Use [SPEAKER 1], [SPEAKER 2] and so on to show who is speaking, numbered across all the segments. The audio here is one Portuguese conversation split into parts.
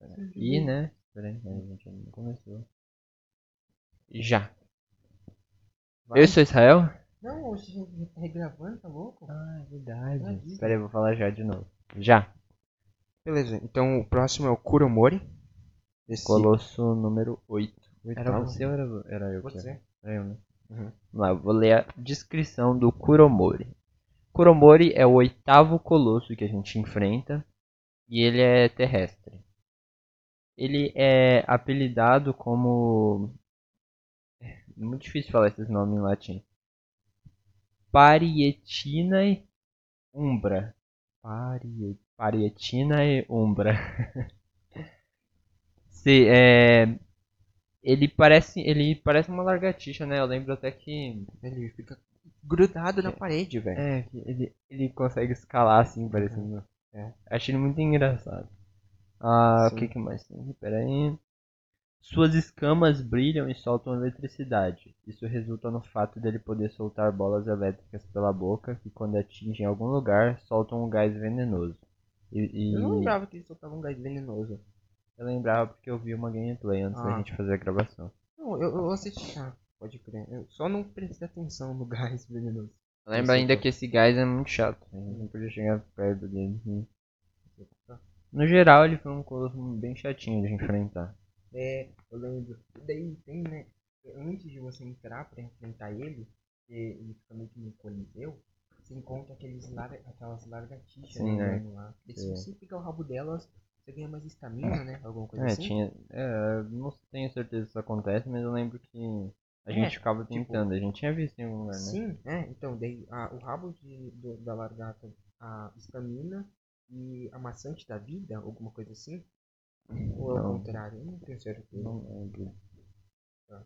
[SPEAKER 1] Uhum. E, né? Peraí, a gente ainda não começou. Já.
[SPEAKER 2] Vai.
[SPEAKER 1] Eu sou Israel?
[SPEAKER 2] Não, hoje a gente tá regravando, tá louco?
[SPEAKER 1] Ah, é
[SPEAKER 2] Ah,
[SPEAKER 1] verdade.
[SPEAKER 2] isso.
[SPEAKER 1] Peraí, eu vou falar já de novo. Já.
[SPEAKER 2] Beleza, então o próximo é o Kuromori. Esse
[SPEAKER 1] Colosso número 8.
[SPEAKER 2] Era
[SPEAKER 1] era
[SPEAKER 2] o-
[SPEAKER 1] você ou era, vo- era eu? que
[SPEAKER 2] Você.
[SPEAKER 1] Era eu, né?
[SPEAKER 2] Uhum.
[SPEAKER 1] Vamos lá, eu vou ler a descrição do Kuromori. Kuromori é o oitavo colosso que a gente enfrenta e ele é terrestre. Ele é apelidado como. É muito difícil falar esses nomes em latim. Parietinae umbra. Parie... Parietinae umbra. Se, é, ele parece, ele parece uma lagartixa, né? Eu lembro até que
[SPEAKER 2] Ele fica grudado na parede, velho.
[SPEAKER 1] é, que ele, ele consegue escalar assim, parecendo.
[SPEAKER 2] É.
[SPEAKER 1] Achei ele muito engraçado. Ah, o
[SPEAKER 2] Sim.
[SPEAKER 1] que, que mais tem aqui? Pera aí. Suas escamas brilham e soltam eletricidade. Isso resulta no fato dele poder soltar bolas elétricas pela boca que, quando atingem algum lugar, soltam um gás venenoso. E, e-
[SPEAKER 2] Eu não lembrava que ele soltava um gás venenoso.
[SPEAKER 1] eu lembrava porque eu vi uma gameplay antes da
[SPEAKER 2] Ah.
[SPEAKER 1] gente fazer a gravação.
[SPEAKER 2] Não, eu, eu assisti. Ah, pode crer. Eu só não prestei atenção no gás venenoso.
[SPEAKER 1] Lembra
[SPEAKER 2] Esse
[SPEAKER 1] ainda
[SPEAKER 2] eu tô.
[SPEAKER 1] que esse gás é muito chato. A gente não podia chegar perto dele. né?
[SPEAKER 2] eu tô.
[SPEAKER 1] No geral, ele foi um colosso bem chatinho de enfrentar.
[SPEAKER 2] É, eu lembro. Daí tem, né? Antes de você entrar pra enfrentar ele, que ele fica meio que no coliseu, você encontra aqueles lar aquelas largatixas
[SPEAKER 1] Sim, né?
[SPEAKER 2] andando lá. E se
[SPEAKER 1] É.
[SPEAKER 2] você pegar o rabo delas, você ganha mais estamina, né? Alguma coisa
[SPEAKER 1] é,
[SPEAKER 2] assim.
[SPEAKER 1] tinha. É, eu não tenho certeza se isso acontece, mas eu lembro que a
[SPEAKER 2] É,
[SPEAKER 1] gente ficava
[SPEAKER 2] tipo-
[SPEAKER 1] tentando. a gente tinha visto em algum lugar, né?
[SPEAKER 2] Sim, é, então, daí a- o rabo de, do- da largata, a estamina e a maçante da vida, alguma coisa assim. Ou ao
[SPEAKER 1] Não.
[SPEAKER 2] contrário, eu não tenho certeza.
[SPEAKER 1] Não lembro.
[SPEAKER 2] Tá.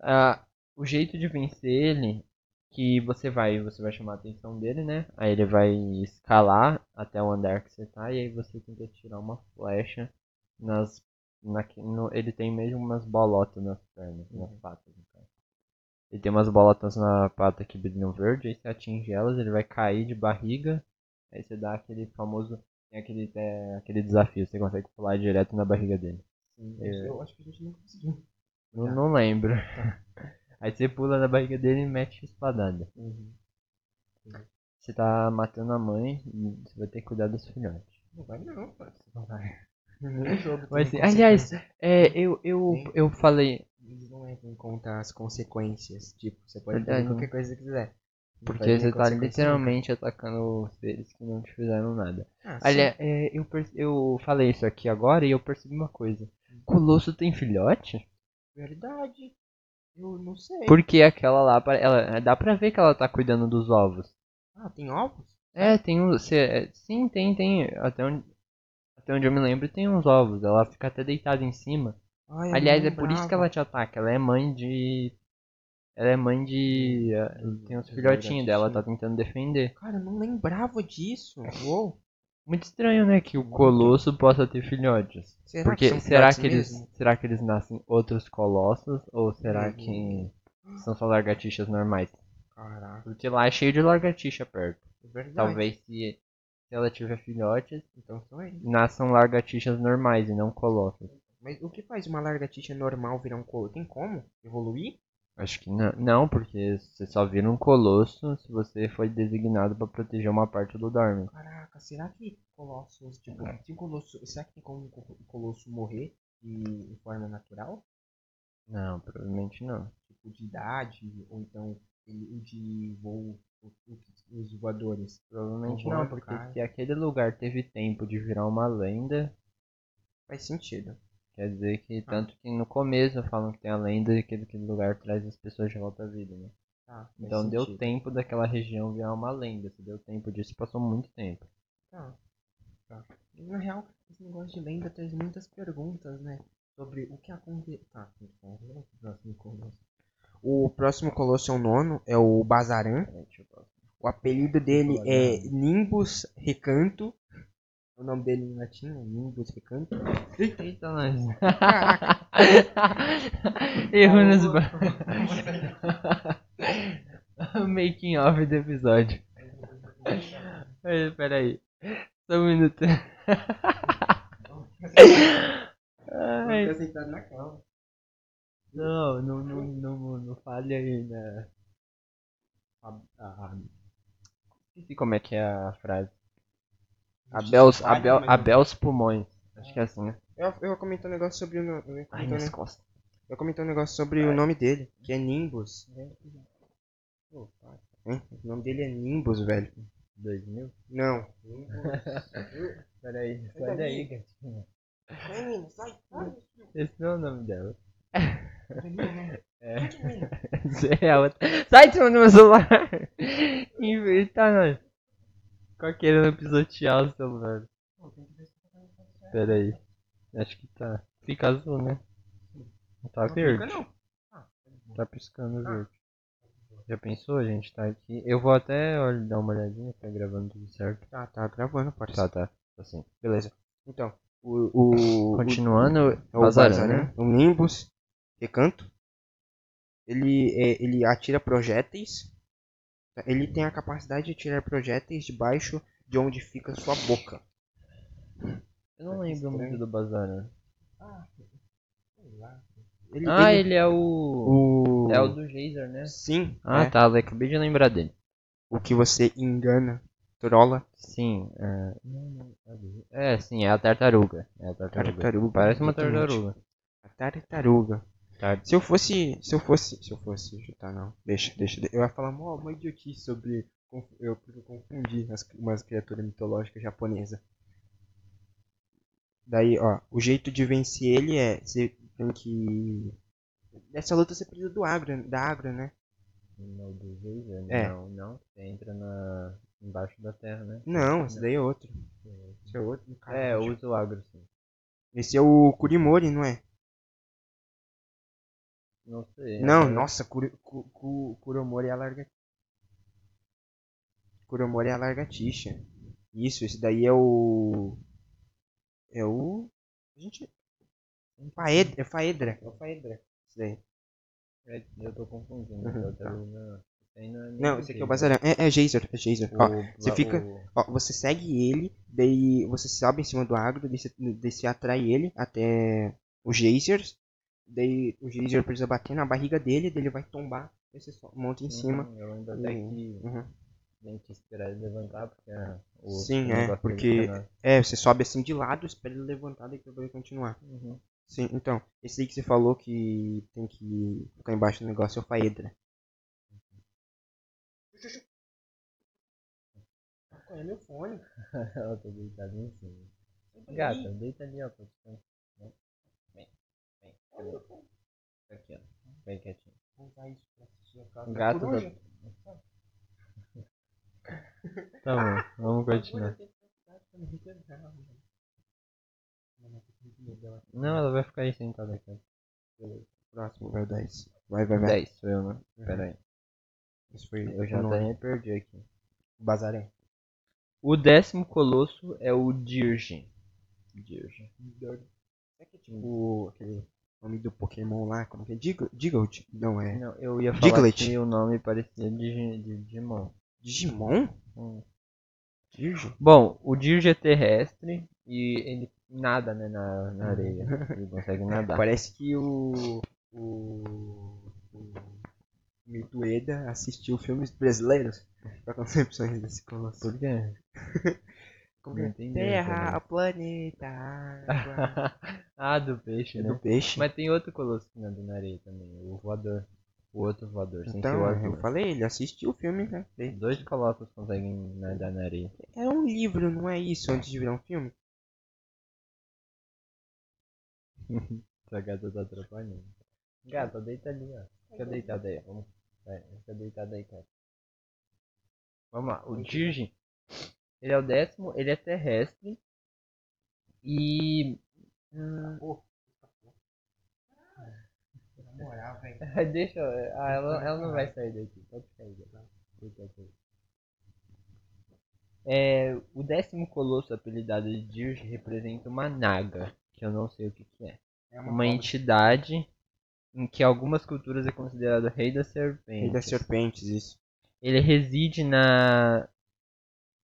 [SPEAKER 1] Ah, o jeito de vencer ele, que você vai, você vai chamar a atenção dele, né? Aí ele vai escalar até o andar que você tá, e aí você tenta tirar uma flecha nas. Na, no, ele tem mesmo umas bolotas nas pernas, nas
[SPEAKER 2] Uhum.
[SPEAKER 1] patas. no caso. Ele tem umas bolotas na pata que brilham verde, aí você atinge elas, ele vai cair de barriga, aí você dá aquele famoso. Tem aquele, é, aquele desafio, você consegue pular direto na barriga dele.
[SPEAKER 2] Sim,
[SPEAKER 1] É.
[SPEAKER 2] Eu acho que a gente não conseguiu.
[SPEAKER 1] Eu
[SPEAKER 2] Tá.
[SPEAKER 1] não lembro. Aí você pula na barriga dele e mete espadada. Você tá matando a mãe e você vai ter que cuidar dos filhotes.
[SPEAKER 2] Não vai não, parceiro.
[SPEAKER 1] Não vai.
[SPEAKER 2] No jogo tu
[SPEAKER 1] Vai
[SPEAKER 2] não
[SPEAKER 1] ser-
[SPEAKER 2] consegue-
[SPEAKER 1] Aliás, é, eu, eu,
[SPEAKER 2] Sim.
[SPEAKER 1] eu falei.
[SPEAKER 2] eles não levam em conta as consequências. Tipo, você pode
[SPEAKER 1] Verdade,
[SPEAKER 2] fazer qualquer coisa que você quiser. Não vai
[SPEAKER 1] Porque
[SPEAKER 2] ter
[SPEAKER 1] você tá
[SPEAKER 2] consequência
[SPEAKER 1] literalmente atacando seres que não te fizeram nada.
[SPEAKER 2] nunca. Ah, sim.
[SPEAKER 1] Aliás, é, eu, perce- eu falei isso aqui agora e eu percebi uma coisa.
[SPEAKER 2] Hum.
[SPEAKER 1] Colosso tem filhote?
[SPEAKER 2] verdade. Eu não sei.
[SPEAKER 1] Porque aquela lá, pare- ela, dá pra ver que ela tá cuidando dos ovos.
[SPEAKER 2] Ah, tem ovos?
[SPEAKER 1] É, tem um. cê- é, sim, tem, tem. Até onde, até onde eu me lembro, tem uns ovos. Ela fica até deitada em cima.
[SPEAKER 2] Ai, eu
[SPEAKER 1] Aliás,
[SPEAKER 2] não
[SPEAKER 1] é por isso que
[SPEAKER 2] lembrava.
[SPEAKER 1] ela te ataca. Ela é mãe de. Ela é mãe de. eh, Tem uns
[SPEAKER 2] Dos
[SPEAKER 1] filhotinhos dela, tá
[SPEAKER 2] lagartixinhos.
[SPEAKER 1] tentando defender.
[SPEAKER 2] Cara, eu não lembrava disso. Uou.
[SPEAKER 1] Muito estranho, né? Que o colosso possa ter filhotes.
[SPEAKER 2] Será que
[SPEAKER 1] Porque
[SPEAKER 2] são
[SPEAKER 1] será
[SPEAKER 2] filhotes
[SPEAKER 1] que eles.
[SPEAKER 2] mesmo?
[SPEAKER 1] Será que eles nascem outros colossos? Ou será
[SPEAKER 2] Uhum.
[SPEAKER 1] que são só lagartixas normais?
[SPEAKER 2] Caraca,
[SPEAKER 1] Porque lá é cheio de lagartixa perto.
[SPEAKER 2] é verdade.
[SPEAKER 1] Talvez se, se ela tiver filhotes.
[SPEAKER 2] Então são eles.
[SPEAKER 1] nasçam lagartixas normais e não colossos.
[SPEAKER 2] Mas o que faz uma largatixa normal virar um colo? Tem como? Evoluir?
[SPEAKER 1] Acho que não. Não, porque você só vira um colosso se você foi designado pra proteger uma parte do dorme.
[SPEAKER 2] Caraca, será que colossos, tipo,
[SPEAKER 1] Uhum.
[SPEAKER 2] se o colosso, será que tem como o co- o colosso morrer de, de forma natural?
[SPEAKER 1] Não, provavelmente não.
[SPEAKER 2] Tipo, de idade, ou então ele, o de voo, o- o- os voadores?
[SPEAKER 1] Provavelmente
[SPEAKER 2] Não
[SPEAKER 1] não,
[SPEAKER 2] vai,
[SPEAKER 1] porque
[SPEAKER 2] cara.
[SPEAKER 1] se aquele lugar teve tempo de virar uma lenda,
[SPEAKER 2] Faz sentido.
[SPEAKER 1] quer dizer que
[SPEAKER 2] Ah.
[SPEAKER 1] tanto que no começo falam que tem a lenda e que aquele lugar traz as pessoas de volta à vida, né?
[SPEAKER 2] Tá, faz
[SPEAKER 1] Então deu
[SPEAKER 2] sentido.
[SPEAKER 1] tempo daquela região virar uma lenda. Se deu tempo disso, passou muito tempo.
[SPEAKER 2] Tá, tá. Na real, esse negócio de lenda traz muitas perguntas, né? Sobre o que aconteceu. Tá, então, vamos pro próximo colosso. O próximo colosso é o nono, é o Bazaran.
[SPEAKER 1] É, deixa eu passar.
[SPEAKER 2] O apelido dele
[SPEAKER 1] Bazaran.
[SPEAKER 2] é Nimbus Recanto. O nome dele em latim é Nimbus Recanto.
[SPEAKER 1] Eita,
[SPEAKER 2] né?
[SPEAKER 1] nós.
[SPEAKER 2] Caraca,
[SPEAKER 1] Erro nos
[SPEAKER 2] Boa.
[SPEAKER 1] Making off do episódio. Peraí, peraí. Só um minuto.
[SPEAKER 2] vai
[SPEAKER 1] Ai.
[SPEAKER 2] ficar sentado na cama.
[SPEAKER 1] Não, não, não, não, não fale aí, né? A, a- Esqueci como é que é a frase. Abel's,
[SPEAKER 2] Vai,
[SPEAKER 1] Abel,
[SPEAKER 2] mas-
[SPEAKER 1] Abel's pulmões. Acho que é assim, né?
[SPEAKER 2] Eu, eu vou comentar um negócio sobre o nome. Eu, ia
[SPEAKER 1] Ai,
[SPEAKER 2] comentar um
[SPEAKER 1] minhas
[SPEAKER 2] ne-
[SPEAKER 1] costas.
[SPEAKER 2] eu comentei um negócio sobre o nome dele, que é Nimbus. Pô, para. Hein? O nome dele é Nimbus, velho.
[SPEAKER 1] 2000?
[SPEAKER 2] Não. Nimbus.
[SPEAKER 1] Peraí,
[SPEAKER 2] Ainda
[SPEAKER 1] sai daí,
[SPEAKER 2] bem.
[SPEAKER 1] gatinha.
[SPEAKER 2] Vai, menino, sai, sai.
[SPEAKER 1] Esse não é o nome dela.
[SPEAKER 2] É.
[SPEAKER 1] Essa é a outra. Sai de cima do meu celular! Inventa, nós. Ficou querendo pisotear o celular. Pera aí. Acho que tá. Fica azul, né? Não tá verde. Tá piscando
[SPEAKER 2] Ah.
[SPEAKER 1] verde. Já pensou? A gente tá aqui. Eu vou até olha, dar uma olhadinha, tá gravando tudo certo.
[SPEAKER 2] Tá, tá gravando,
[SPEAKER 1] Tá,
[SPEAKER 2] parça.
[SPEAKER 1] tá. Assim.
[SPEAKER 2] Beleza. Então, o. o
[SPEAKER 1] Continuando, né?
[SPEAKER 2] o, é o
[SPEAKER 1] Bazarana.
[SPEAKER 2] Bazaran, o Nimbus, Recanto. Ele, é, ele atira projéteis. Ele tem a capacidade de atirar projéteis debaixo de onde fica sua boca.
[SPEAKER 1] Eu não lembro muito do né? Bazarana.
[SPEAKER 2] Ele,
[SPEAKER 1] Ah, ele é o.
[SPEAKER 2] O...
[SPEAKER 1] É o do Geyser, né?
[SPEAKER 2] Sim.
[SPEAKER 1] Ah,
[SPEAKER 2] é.
[SPEAKER 1] tá. eu Acabei de lembrar dele.
[SPEAKER 2] O que você engana, trola,
[SPEAKER 1] Sim, é... Não, não, é do- é, sim, é a tartaruga. É a tartaruga.
[SPEAKER 2] tartaruga.
[SPEAKER 1] Parece uma
[SPEAKER 2] exatamente.
[SPEAKER 1] tartaruga.
[SPEAKER 2] A tartaruga.
[SPEAKER 1] Tar-
[SPEAKER 2] Se eu fosse. Se eu fosse. Se eu fosse chutar, não. Deixa, deixa. de- Eu ia falar mó- uma idiotice sobre. conf- Eu, porque eu confundi as, umas criaturas mitológicas japonesas. Daí, ó. O jeito de vencer ele é. Você tem que. Nessa luta você precisa do Agra, da Agra, né?
[SPEAKER 1] Não, do Geyser,
[SPEAKER 2] É.
[SPEAKER 1] né? não, não. Você entra na... embaixo da terra, né?
[SPEAKER 2] Não, esse daí é outro. Esse é outro.
[SPEAKER 1] É,
[SPEAKER 2] o...
[SPEAKER 1] usa o agro, sim.
[SPEAKER 2] Esse é o Kurimori, não é?
[SPEAKER 1] Não sei. é
[SPEAKER 2] Não,
[SPEAKER 1] agora-
[SPEAKER 2] nossa, Kuro, Ku- Ku- Kuromori é a larga. Kuromori é a largatixa. Isso, esse daí é o. É o. A gente. Faedra, é Faedra. É o Faedra. Esse daí.
[SPEAKER 1] É, Eu tô confundindo.
[SPEAKER 2] Uhum,
[SPEAKER 1] Uhum, tartaruga... esse aí não, é nem
[SPEAKER 2] Não,
[SPEAKER 1] do
[SPEAKER 2] esse aqui é
[SPEAKER 1] Geyser.
[SPEAKER 2] o Bazaran. É, é Geyser, é Geyser. Ó,
[SPEAKER 1] O-
[SPEAKER 2] você
[SPEAKER 1] o-
[SPEAKER 2] fica- ó, você segue ele, daí você sobe em cima do agro, daí você, daí você atrai ele até o Geyser. Daí o Geyser precisa bater na barriga dele, daí ele vai tombar. Daí você só monta em cima.
[SPEAKER 1] Hum, Eu lembro até
[SPEAKER 2] Uhum.
[SPEAKER 1] que
[SPEAKER 2] Uhum.
[SPEAKER 1] tem que esperar ele levantar, porque ah, o
[SPEAKER 2] Sim,
[SPEAKER 1] o negócio
[SPEAKER 2] é,
[SPEAKER 1] dele
[SPEAKER 2] porque-
[SPEAKER 1] tá na-
[SPEAKER 2] É, você sobe assim de lado, espera ele levantar e pra poder continuar.
[SPEAKER 1] Uhum.
[SPEAKER 2] Sim, então, esse aí que você falou que tem que ficar embaixo do negócio é o Faedra. É meu fone.
[SPEAKER 1] Ela tá deitada em cima. Gata, deita ali, ó, pra descansar. Vem, vem, vem. Cadê? Fica Tá aqui, ó. Bem quietinho. Gato Tá bom, vamos
[SPEAKER 2] né?
[SPEAKER 1] continuar. Não, ela vai ficar aí sentada aqui.
[SPEAKER 2] Próximo, vai o 10. Vai, vai, Uhum. vai.
[SPEAKER 1] 10, sou eu, né? Pera aí.
[SPEAKER 2] Isso foi
[SPEAKER 1] Eu já
[SPEAKER 2] o
[SPEAKER 1] até
[SPEAKER 2] nome.
[SPEAKER 1] me perdi aqui.
[SPEAKER 2] Bazaré.
[SPEAKER 1] O décimo colosso é o Dirge. Dirge.
[SPEAKER 2] É que tipo aquele nome do Pokémon lá, como que é? Dig- Diglett? Não, é.
[SPEAKER 1] Não, eu ia falar
[SPEAKER 2] Diglett.
[SPEAKER 1] que o nome parecia de, de Digimon.
[SPEAKER 2] Digimon?
[SPEAKER 1] Hum.
[SPEAKER 2] Digimon?
[SPEAKER 1] Bom, o Dirge é terrestre e ele nada, né, na, na areia. Ele consegue nadar.
[SPEAKER 2] Parece que o. O. o Mitueda assistiu filmes brasileiros pra concepções desse colosso.
[SPEAKER 1] Por quê?
[SPEAKER 2] Como é?
[SPEAKER 1] Não entendi,
[SPEAKER 2] Terra,
[SPEAKER 1] entendi.
[SPEAKER 2] o planeta, água.
[SPEAKER 1] ah, do peixe,
[SPEAKER 2] É
[SPEAKER 1] né?
[SPEAKER 2] do peixe.
[SPEAKER 1] Mas tem outro colosso que nada na areia também, o voador. O outro voador, sem ser o
[SPEAKER 2] então, eu
[SPEAKER 1] azul.
[SPEAKER 2] falei, ele assistiu o filme, né?
[SPEAKER 1] Dois colossos conseguem nadar na areia.
[SPEAKER 2] É um livro, não é isso, antes de virar um filme?
[SPEAKER 1] Essa gata tá atrapalhando. Gata, deita ali, ó. Fica deitada aí, vamos. Vai, fica deitada aí, cara. Vamos lá, o Dirge, ele é o décimo, ele é terrestre. E. hum,
[SPEAKER 2] Na É moral, velho.
[SPEAKER 1] Deixa. eu- Ah, ela, ela não vai sair daqui. Pode sair daqui. Fica aqui. É, o décimo colosso, apelidado de Dirge, representa uma naga, que eu não sei o que, que é.
[SPEAKER 2] É
[SPEAKER 1] Uma entidade em que algumas culturas é considerado rei das serpentes.
[SPEAKER 2] das serpentes, isso.
[SPEAKER 1] Ele reside na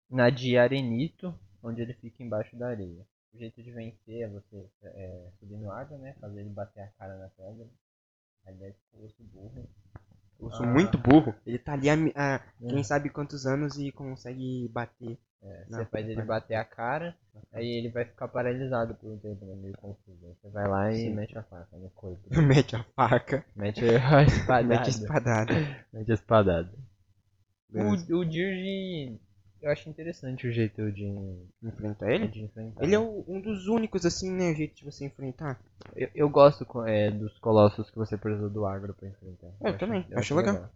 [SPEAKER 1] na de Arenito, onde ele fica embaixo da areia. O jeito de vencer é você é, subir no água, né? Fazer ele bater a cara na pedra. Aí desce o osso burro.
[SPEAKER 2] Eu sou
[SPEAKER 1] Ah.
[SPEAKER 2] muito burro. Ele tá ali há, mi- há quem sabe quantos anos e consegue bater.
[SPEAKER 1] É,
[SPEAKER 2] Não,
[SPEAKER 1] você faz ele
[SPEAKER 2] vai.
[SPEAKER 1] bater a cara, aí ele vai ficar paralisado por um tempo, né? Meio confuso. Aí Você vai lá e
[SPEAKER 2] Sim.
[SPEAKER 1] mete a faca no corpo.
[SPEAKER 2] Mete a faca.
[SPEAKER 1] mete a espadada.
[SPEAKER 2] Mete a espadada.
[SPEAKER 1] Mete a espadada.
[SPEAKER 2] Beleza.
[SPEAKER 1] O, o Dirge, eu acho interessante o jeito de,
[SPEAKER 2] Enfrenta ele?
[SPEAKER 1] de enfrentar.
[SPEAKER 2] Ele é o- um dos únicos, assim, né? Jeito de você enfrentar.
[SPEAKER 1] Eu, eu gosto co- é, dos colossos que você precisou do agro pra enfrentar.
[SPEAKER 2] Eu também, acho legal.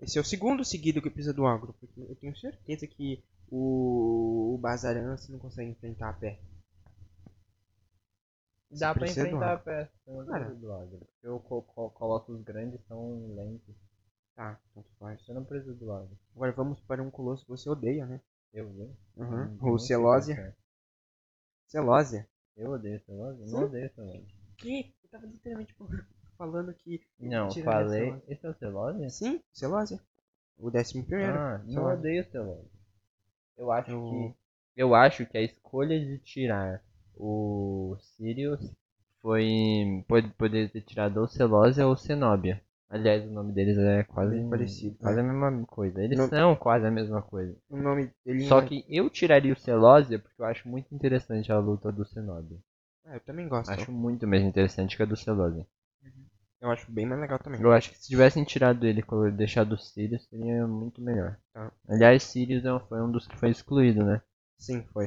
[SPEAKER 2] Esse é o segundo seguido que precisa do agro. Porque eu tenho certeza que o, o Bazaran você não consegue enfrentar a pé.
[SPEAKER 1] Dá
[SPEAKER 2] Você
[SPEAKER 1] pra
[SPEAKER 2] precisa do
[SPEAKER 1] enfrentar a
[SPEAKER 2] agro.
[SPEAKER 1] peça eu
[SPEAKER 2] Cara.
[SPEAKER 1] preciso do agro. Porque os co co- colossos grandes são lentos.
[SPEAKER 2] Tá, tanto faz.
[SPEAKER 1] Você não precisa do agro.
[SPEAKER 2] Agora vamos para um colosso que você odeia, né?
[SPEAKER 1] Eu odeio.
[SPEAKER 2] Uhum.
[SPEAKER 1] Não
[SPEAKER 2] O
[SPEAKER 1] sei
[SPEAKER 2] Celósia.
[SPEAKER 1] qual que é.
[SPEAKER 2] Celósia.
[SPEAKER 1] Eu odeio Celósia?
[SPEAKER 2] Sim.
[SPEAKER 1] Não odeio Celósia.
[SPEAKER 2] Que? Eu tava literalmente falando que.
[SPEAKER 1] Não,
[SPEAKER 2] Tira
[SPEAKER 1] falei.
[SPEAKER 2] Celósia.
[SPEAKER 1] Esse é o Celósia?
[SPEAKER 2] Sim, Celósia. O décimo primeiro.
[SPEAKER 1] Ah, não
[SPEAKER 2] Celósia.
[SPEAKER 1] odeio Celósia. Eu acho
[SPEAKER 2] Eu-
[SPEAKER 1] que. Eu acho que a escolha de tirar o Sirius foi. Pode, poderia ter tirado ou Celósia ou Cenobia. Aliás, o nome deles é quase
[SPEAKER 2] Bem parecido, né?
[SPEAKER 1] Quase a mesma coisa. Eles
[SPEAKER 2] Não- né?
[SPEAKER 1] são quase a mesma coisa.
[SPEAKER 2] O nome dele. é-
[SPEAKER 1] Só que eu tiraria o Celósia porque eu acho muito interessante a luta do Cenobia.
[SPEAKER 2] Ah, eu também gosto.
[SPEAKER 1] Acho muito mais interessante que a do Celósia.
[SPEAKER 2] Eu acho bem mais legal também.
[SPEAKER 1] Eu acho que se tivessem tirado ele e deixado o Sirius, seria muito melhor.
[SPEAKER 2] Tá.
[SPEAKER 1] Aliás, Sirius é um- foi um dos que foi excluído, né?
[SPEAKER 2] Sim, foi.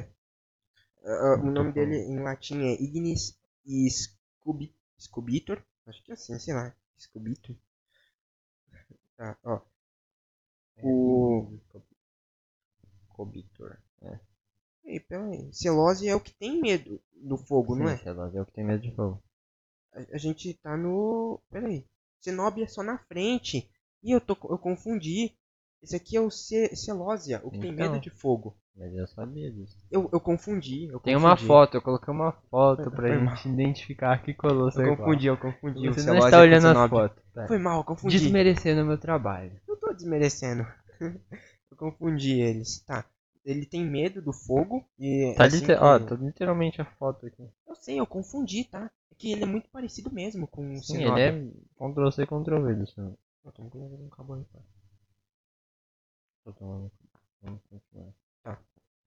[SPEAKER 2] Ah, ah, o
[SPEAKER 1] Muito
[SPEAKER 2] nome
[SPEAKER 1] bom.
[SPEAKER 2] dele em latim é Ignis Scubi, Scubitur. Acho que é assim, sei lá. Scubitur. Tá, ó.
[SPEAKER 1] É.
[SPEAKER 2] O-
[SPEAKER 1] Cobitor.
[SPEAKER 2] Ei, peraí. Celose é o que tem medo do fogo, não
[SPEAKER 1] Sim,
[SPEAKER 2] é?
[SPEAKER 1] Celósia é o que tem medo de fogo.
[SPEAKER 2] A, a gente tá no. Peraí. Cenobia é só na frente. Ih, eu, tô, co- eu confundi. Esse aqui é o Ce, Celósia, o que tem
[SPEAKER 1] Então.
[SPEAKER 2] medo de fogo.
[SPEAKER 1] Mas eu sabia disso.
[SPEAKER 2] Eu, eu confundi. Eu
[SPEAKER 1] Tem uma
[SPEAKER 2] confundi.
[SPEAKER 1] foto, eu coloquei uma foto pra
[SPEAKER 2] Foi
[SPEAKER 1] gente
[SPEAKER 2] mal.
[SPEAKER 1] identificar que colosso é
[SPEAKER 2] Eu
[SPEAKER 1] qual.
[SPEAKER 2] confundi, eu confundi. o
[SPEAKER 1] Você não
[SPEAKER 2] Celose
[SPEAKER 1] está
[SPEAKER 2] com
[SPEAKER 1] olhando as
[SPEAKER 2] Cenobia.
[SPEAKER 1] fotos. tá?
[SPEAKER 2] Foi mal, eu confundi.
[SPEAKER 1] Desmerecendo o meu trabalho.
[SPEAKER 2] Eu tô desmerecendo. Eu confundi eles. Tá. Ele tem medo do fogo e.
[SPEAKER 1] Tá
[SPEAKER 2] assim
[SPEAKER 1] liter- ó,
[SPEAKER 2] que-
[SPEAKER 1] tá literalmente a foto aqui.
[SPEAKER 2] Eu sei, eu confundi, tá? É que ele é muito parecido mesmo com o
[SPEAKER 1] Sim,
[SPEAKER 2] Cenobia.
[SPEAKER 1] ele é Ctrl C, Ctrl V do Cenobi.
[SPEAKER 2] Eu tô com um cabo aí, pá.
[SPEAKER 1] Tô tomando- Vamos continuar.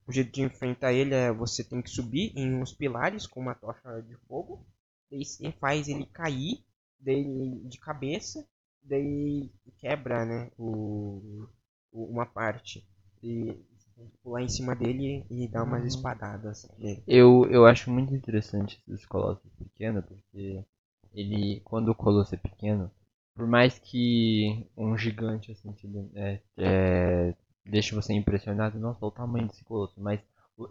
[SPEAKER 2] O jeito de enfrentar ele é você tem que subir em uns pilares com uma tocha de fogo. Daí você faz ele cair daí ele- de cabeça. Daí quebra, né? O, o- uma parte. E você tem que pular em cima dele e dar umas
[SPEAKER 1] Uhum.
[SPEAKER 2] espadadas nele.
[SPEAKER 1] Eu, eu acho muito interessante esses colossos pequenos, porque ele, quando o colosso é pequeno, por mais que um gigante assim te, de- é, é, deixe você impressionado, nossa, olha o tamanho desse colosso, mas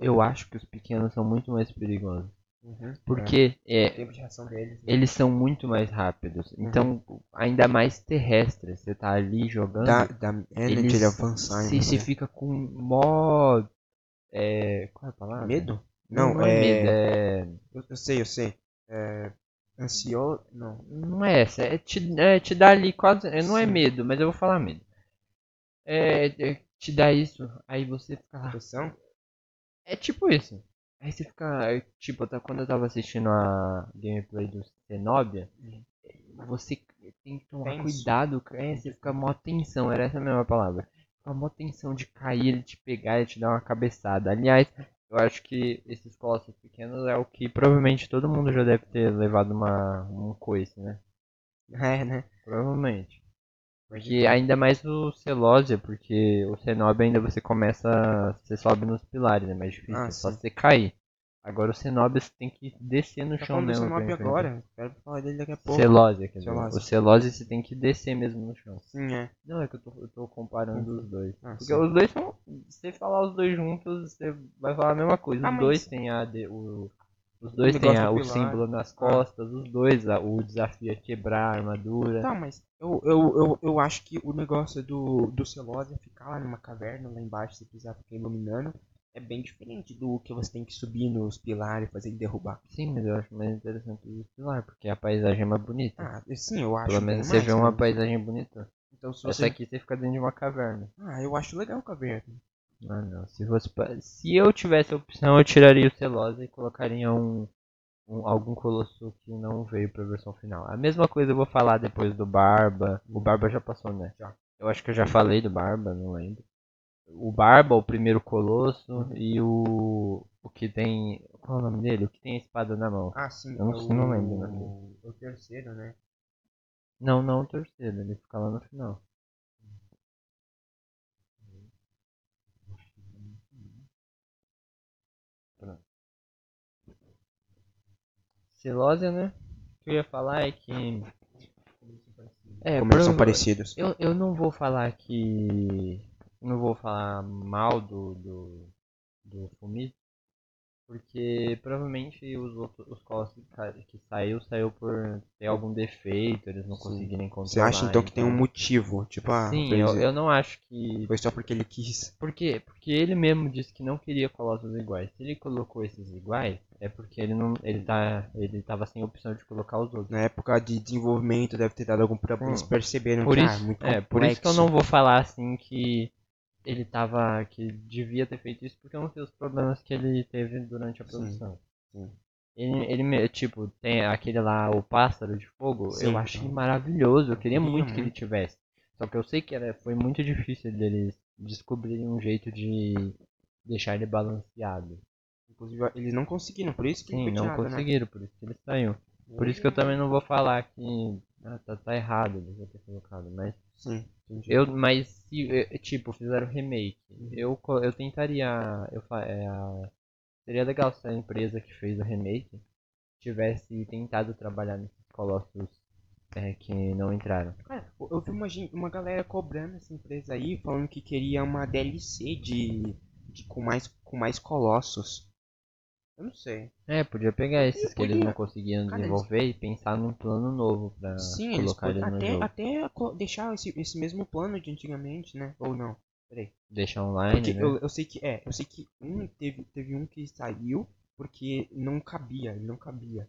[SPEAKER 1] eu acho que os pequenos são muito mais perigosos. Porque é,
[SPEAKER 2] O Uhum. tempo de reação deles. né?
[SPEAKER 1] eles são muito mais rápidos. Então, ainda mais terrestres. Você tá ali jogando.
[SPEAKER 2] Dá, dá, é, né,
[SPEAKER 1] eles
[SPEAKER 2] de ele avançar.
[SPEAKER 1] se,
[SPEAKER 2] né?
[SPEAKER 1] se fica com mó. É, qual é a palavra?
[SPEAKER 2] Medo? Não,
[SPEAKER 1] é...
[SPEAKER 2] é...
[SPEAKER 1] medo, é-
[SPEAKER 2] Eu, eu sei, eu sei. É... Ansioso... Não.
[SPEAKER 1] Não é essa. É te, é te dá ali quase. é, não é
[SPEAKER 2] Sim.
[SPEAKER 1] medo, mas eu vou falar medo. É, é, te dá isso. Aí você fica lá.
[SPEAKER 2] Pressão?
[SPEAKER 1] É tipo isso. Aí você fica. é, Tipo, tá- quando eu tava assistindo a gameplay do Cenobia,
[SPEAKER 2] Uhum.
[SPEAKER 1] você tem que tomar
[SPEAKER 2] Tenso.
[SPEAKER 1] cuidado, é, você fica mó tensão, era essa a mesma palavra. Fica mó tensão de cair, ele te pegar e te dar uma cabeçada. Aliás, eu acho que esses colossos pequenos é o que provavelmente todo mundo já deve ter levado uma, um coice, né?
[SPEAKER 2] É, né? então, tá
[SPEAKER 1] Provavelmente. Porque ainda mais o Celosia, porque o Cenobia ainda você começa. Você sobe nos pilares, é mais difícil.
[SPEAKER 2] Ah,
[SPEAKER 1] é só
[SPEAKER 2] sim.
[SPEAKER 1] você cair. Agora o Cenobia você tem que descer no
[SPEAKER 2] Tá
[SPEAKER 1] chão
[SPEAKER 2] falando do
[SPEAKER 1] mesmo. pra
[SPEAKER 2] Sinop
[SPEAKER 1] enfrentar.
[SPEAKER 2] agora. Quero falar dele daqui a pouco.
[SPEAKER 1] Celosia, quer dizer.
[SPEAKER 2] Celosia.
[SPEAKER 1] O Celosia você tem que descer mesmo no chão.
[SPEAKER 2] Sim, é.
[SPEAKER 1] Não, é que eu tô, eu tô comparando os dois.
[SPEAKER 2] Ah,
[SPEAKER 1] Porque
[SPEAKER 2] sim.
[SPEAKER 1] os dois são. Se você falar os dois juntos, você vai falar a mesma coisa. Os
[SPEAKER 2] Ah, mas-
[SPEAKER 1] dois têm a. de- o, os dois
[SPEAKER 2] O
[SPEAKER 1] têm
[SPEAKER 2] negócio
[SPEAKER 1] a-
[SPEAKER 2] do
[SPEAKER 1] o
[SPEAKER 2] pilar. Ah.
[SPEAKER 1] símbolo nas costas, os dois, a- o desafio é quebrar a armadura.
[SPEAKER 2] Tá, mas eu, eu, eu, eu acho que o negócio do, do Celose é ficar lá numa caverna, lá embaixo, se precisar ficar iluminando, é bem diferente do que você tem que subir nos pilares e fazer ele derrubar.
[SPEAKER 1] Sim, mas eu acho mais interessante o pilar, porque a paisagem é mais bonita.
[SPEAKER 2] Ah, sim, eu acho.
[SPEAKER 1] Pelo
[SPEAKER 2] bem
[SPEAKER 1] menos você
[SPEAKER 2] mais,
[SPEAKER 1] vê uma
[SPEAKER 2] né?
[SPEAKER 1] paisagem bonita.
[SPEAKER 2] Então, se
[SPEAKER 1] Essa
[SPEAKER 2] você...
[SPEAKER 1] aqui você fica dentro de uma caverna.
[SPEAKER 2] Ah, eu acho legal caverna.
[SPEAKER 1] Ah, não. Se, fosse pra- se eu tivesse a opção, eu tiraria o Celosa e colocaria um, um- algum Colosso que não veio pra versão final. A mesma coisa eu vou falar depois do Barba. O Barba já passou, né?
[SPEAKER 2] Já.
[SPEAKER 1] Eu acho que eu já falei do Barba, não lembro. O Barba, o primeiro Colosso, e o. O que tem. Qual é o nome dele? O que tem a espada na mão.
[SPEAKER 2] Ah, sim.
[SPEAKER 1] Eu não
[SPEAKER 2] é
[SPEAKER 1] sei- não lembro, né?
[SPEAKER 2] o, o terceiro, né?
[SPEAKER 1] Não, não o terceiro, ele fica lá no final. Pronto. Celose, né? O que eu ia falar é que. É,
[SPEAKER 2] Como eles são
[SPEAKER 1] prova-
[SPEAKER 2] parecidos.
[SPEAKER 1] Eu, eu não vou falar que. Não vou falar mal do. do, do Fumitsu, porque provavelmente os outros os colos que, ca- que saiu, saiu por ter algum defeito, eles não
[SPEAKER 2] Sim.
[SPEAKER 1] conseguirem encontrar.
[SPEAKER 2] Você acha então que tem um motivo? Tipo, ah,
[SPEAKER 1] Sim,
[SPEAKER 2] pra
[SPEAKER 1] eu,
[SPEAKER 2] dizer,
[SPEAKER 1] eu não acho que.
[SPEAKER 2] foi só porque ele quis.
[SPEAKER 1] Por quê? Porque ele mesmo disse que não queria colossos iguais. Se ele colocou esses iguais, é porque ele não. ele tá. ele tava sem opção de colocar os outros.
[SPEAKER 2] Na época de desenvolvimento deve ter dado algum problema.
[SPEAKER 1] Hum.
[SPEAKER 2] Eles perceberam
[SPEAKER 1] Por
[SPEAKER 2] que
[SPEAKER 1] isso,
[SPEAKER 2] ah, muito
[SPEAKER 1] é, por isso que eu
[SPEAKER 2] complexo.
[SPEAKER 1] não vou falar assim que ele tava. que devia ter feito isso, porque eu não sei os problemas que ele teve durante a
[SPEAKER 2] Sim,
[SPEAKER 1] produção.
[SPEAKER 2] sim.
[SPEAKER 1] Ele, ele me- tipo, tem aquele lá, o pássaro de fogo,
[SPEAKER 2] Sim. Uhum.
[SPEAKER 1] eu achei maravilhoso, eu queria
[SPEAKER 2] Queria
[SPEAKER 1] muito que ele
[SPEAKER 2] muito.
[SPEAKER 1] tivesse. Só que eu sei que era, foi muito difícil deles descobrirem um jeito de deixar ele balanceado.
[SPEAKER 2] Inclusive, eles não conseguiram, por isso que ele
[SPEAKER 1] Sim,
[SPEAKER 2] foi
[SPEAKER 1] não
[SPEAKER 2] tirado, né?
[SPEAKER 1] conseguiram, por isso que ele saiu. Por isso que
[SPEAKER 2] Uhum.
[SPEAKER 1] eu também não vou falar que ah, tá, tá errado, devia ter colocado, mas.
[SPEAKER 2] Sim, entendi.
[SPEAKER 1] Eu, mas se, eh, tipo, fizeram remake, eu, co- eu tentaria, eu, fa- é, a- seria legal se a empresa que fez o remake tivesse tentado trabalhar nesses colossos eh, que não entraram.
[SPEAKER 2] Cara, É, eu eu vi uma, gen- uma galera cobrando essa empresa aí, falando que queria uma DLC de, de com, mais, com mais colossos. Eu não sei.
[SPEAKER 1] É, podia pegar esses que eles
[SPEAKER 2] podia.
[SPEAKER 1] não conseguiam
[SPEAKER 2] Cara, eles-
[SPEAKER 1] desenvolver e pensar num plano novo pra
[SPEAKER 2] Sim, eles
[SPEAKER 1] Ah, colocar
[SPEAKER 2] podem
[SPEAKER 1] eles no
[SPEAKER 2] até,
[SPEAKER 1] jogo.
[SPEAKER 2] até co- deixar esse, esse mesmo plano de antigamente, né? Ou não.
[SPEAKER 1] Deixar online,
[SPEAKER 2] Porque
[SPEAKER 1] né?
[SPEAKER 2] eu, eu sei que é, eu sei que um teve, teve um que saiu porque não cabia, ele não cabia.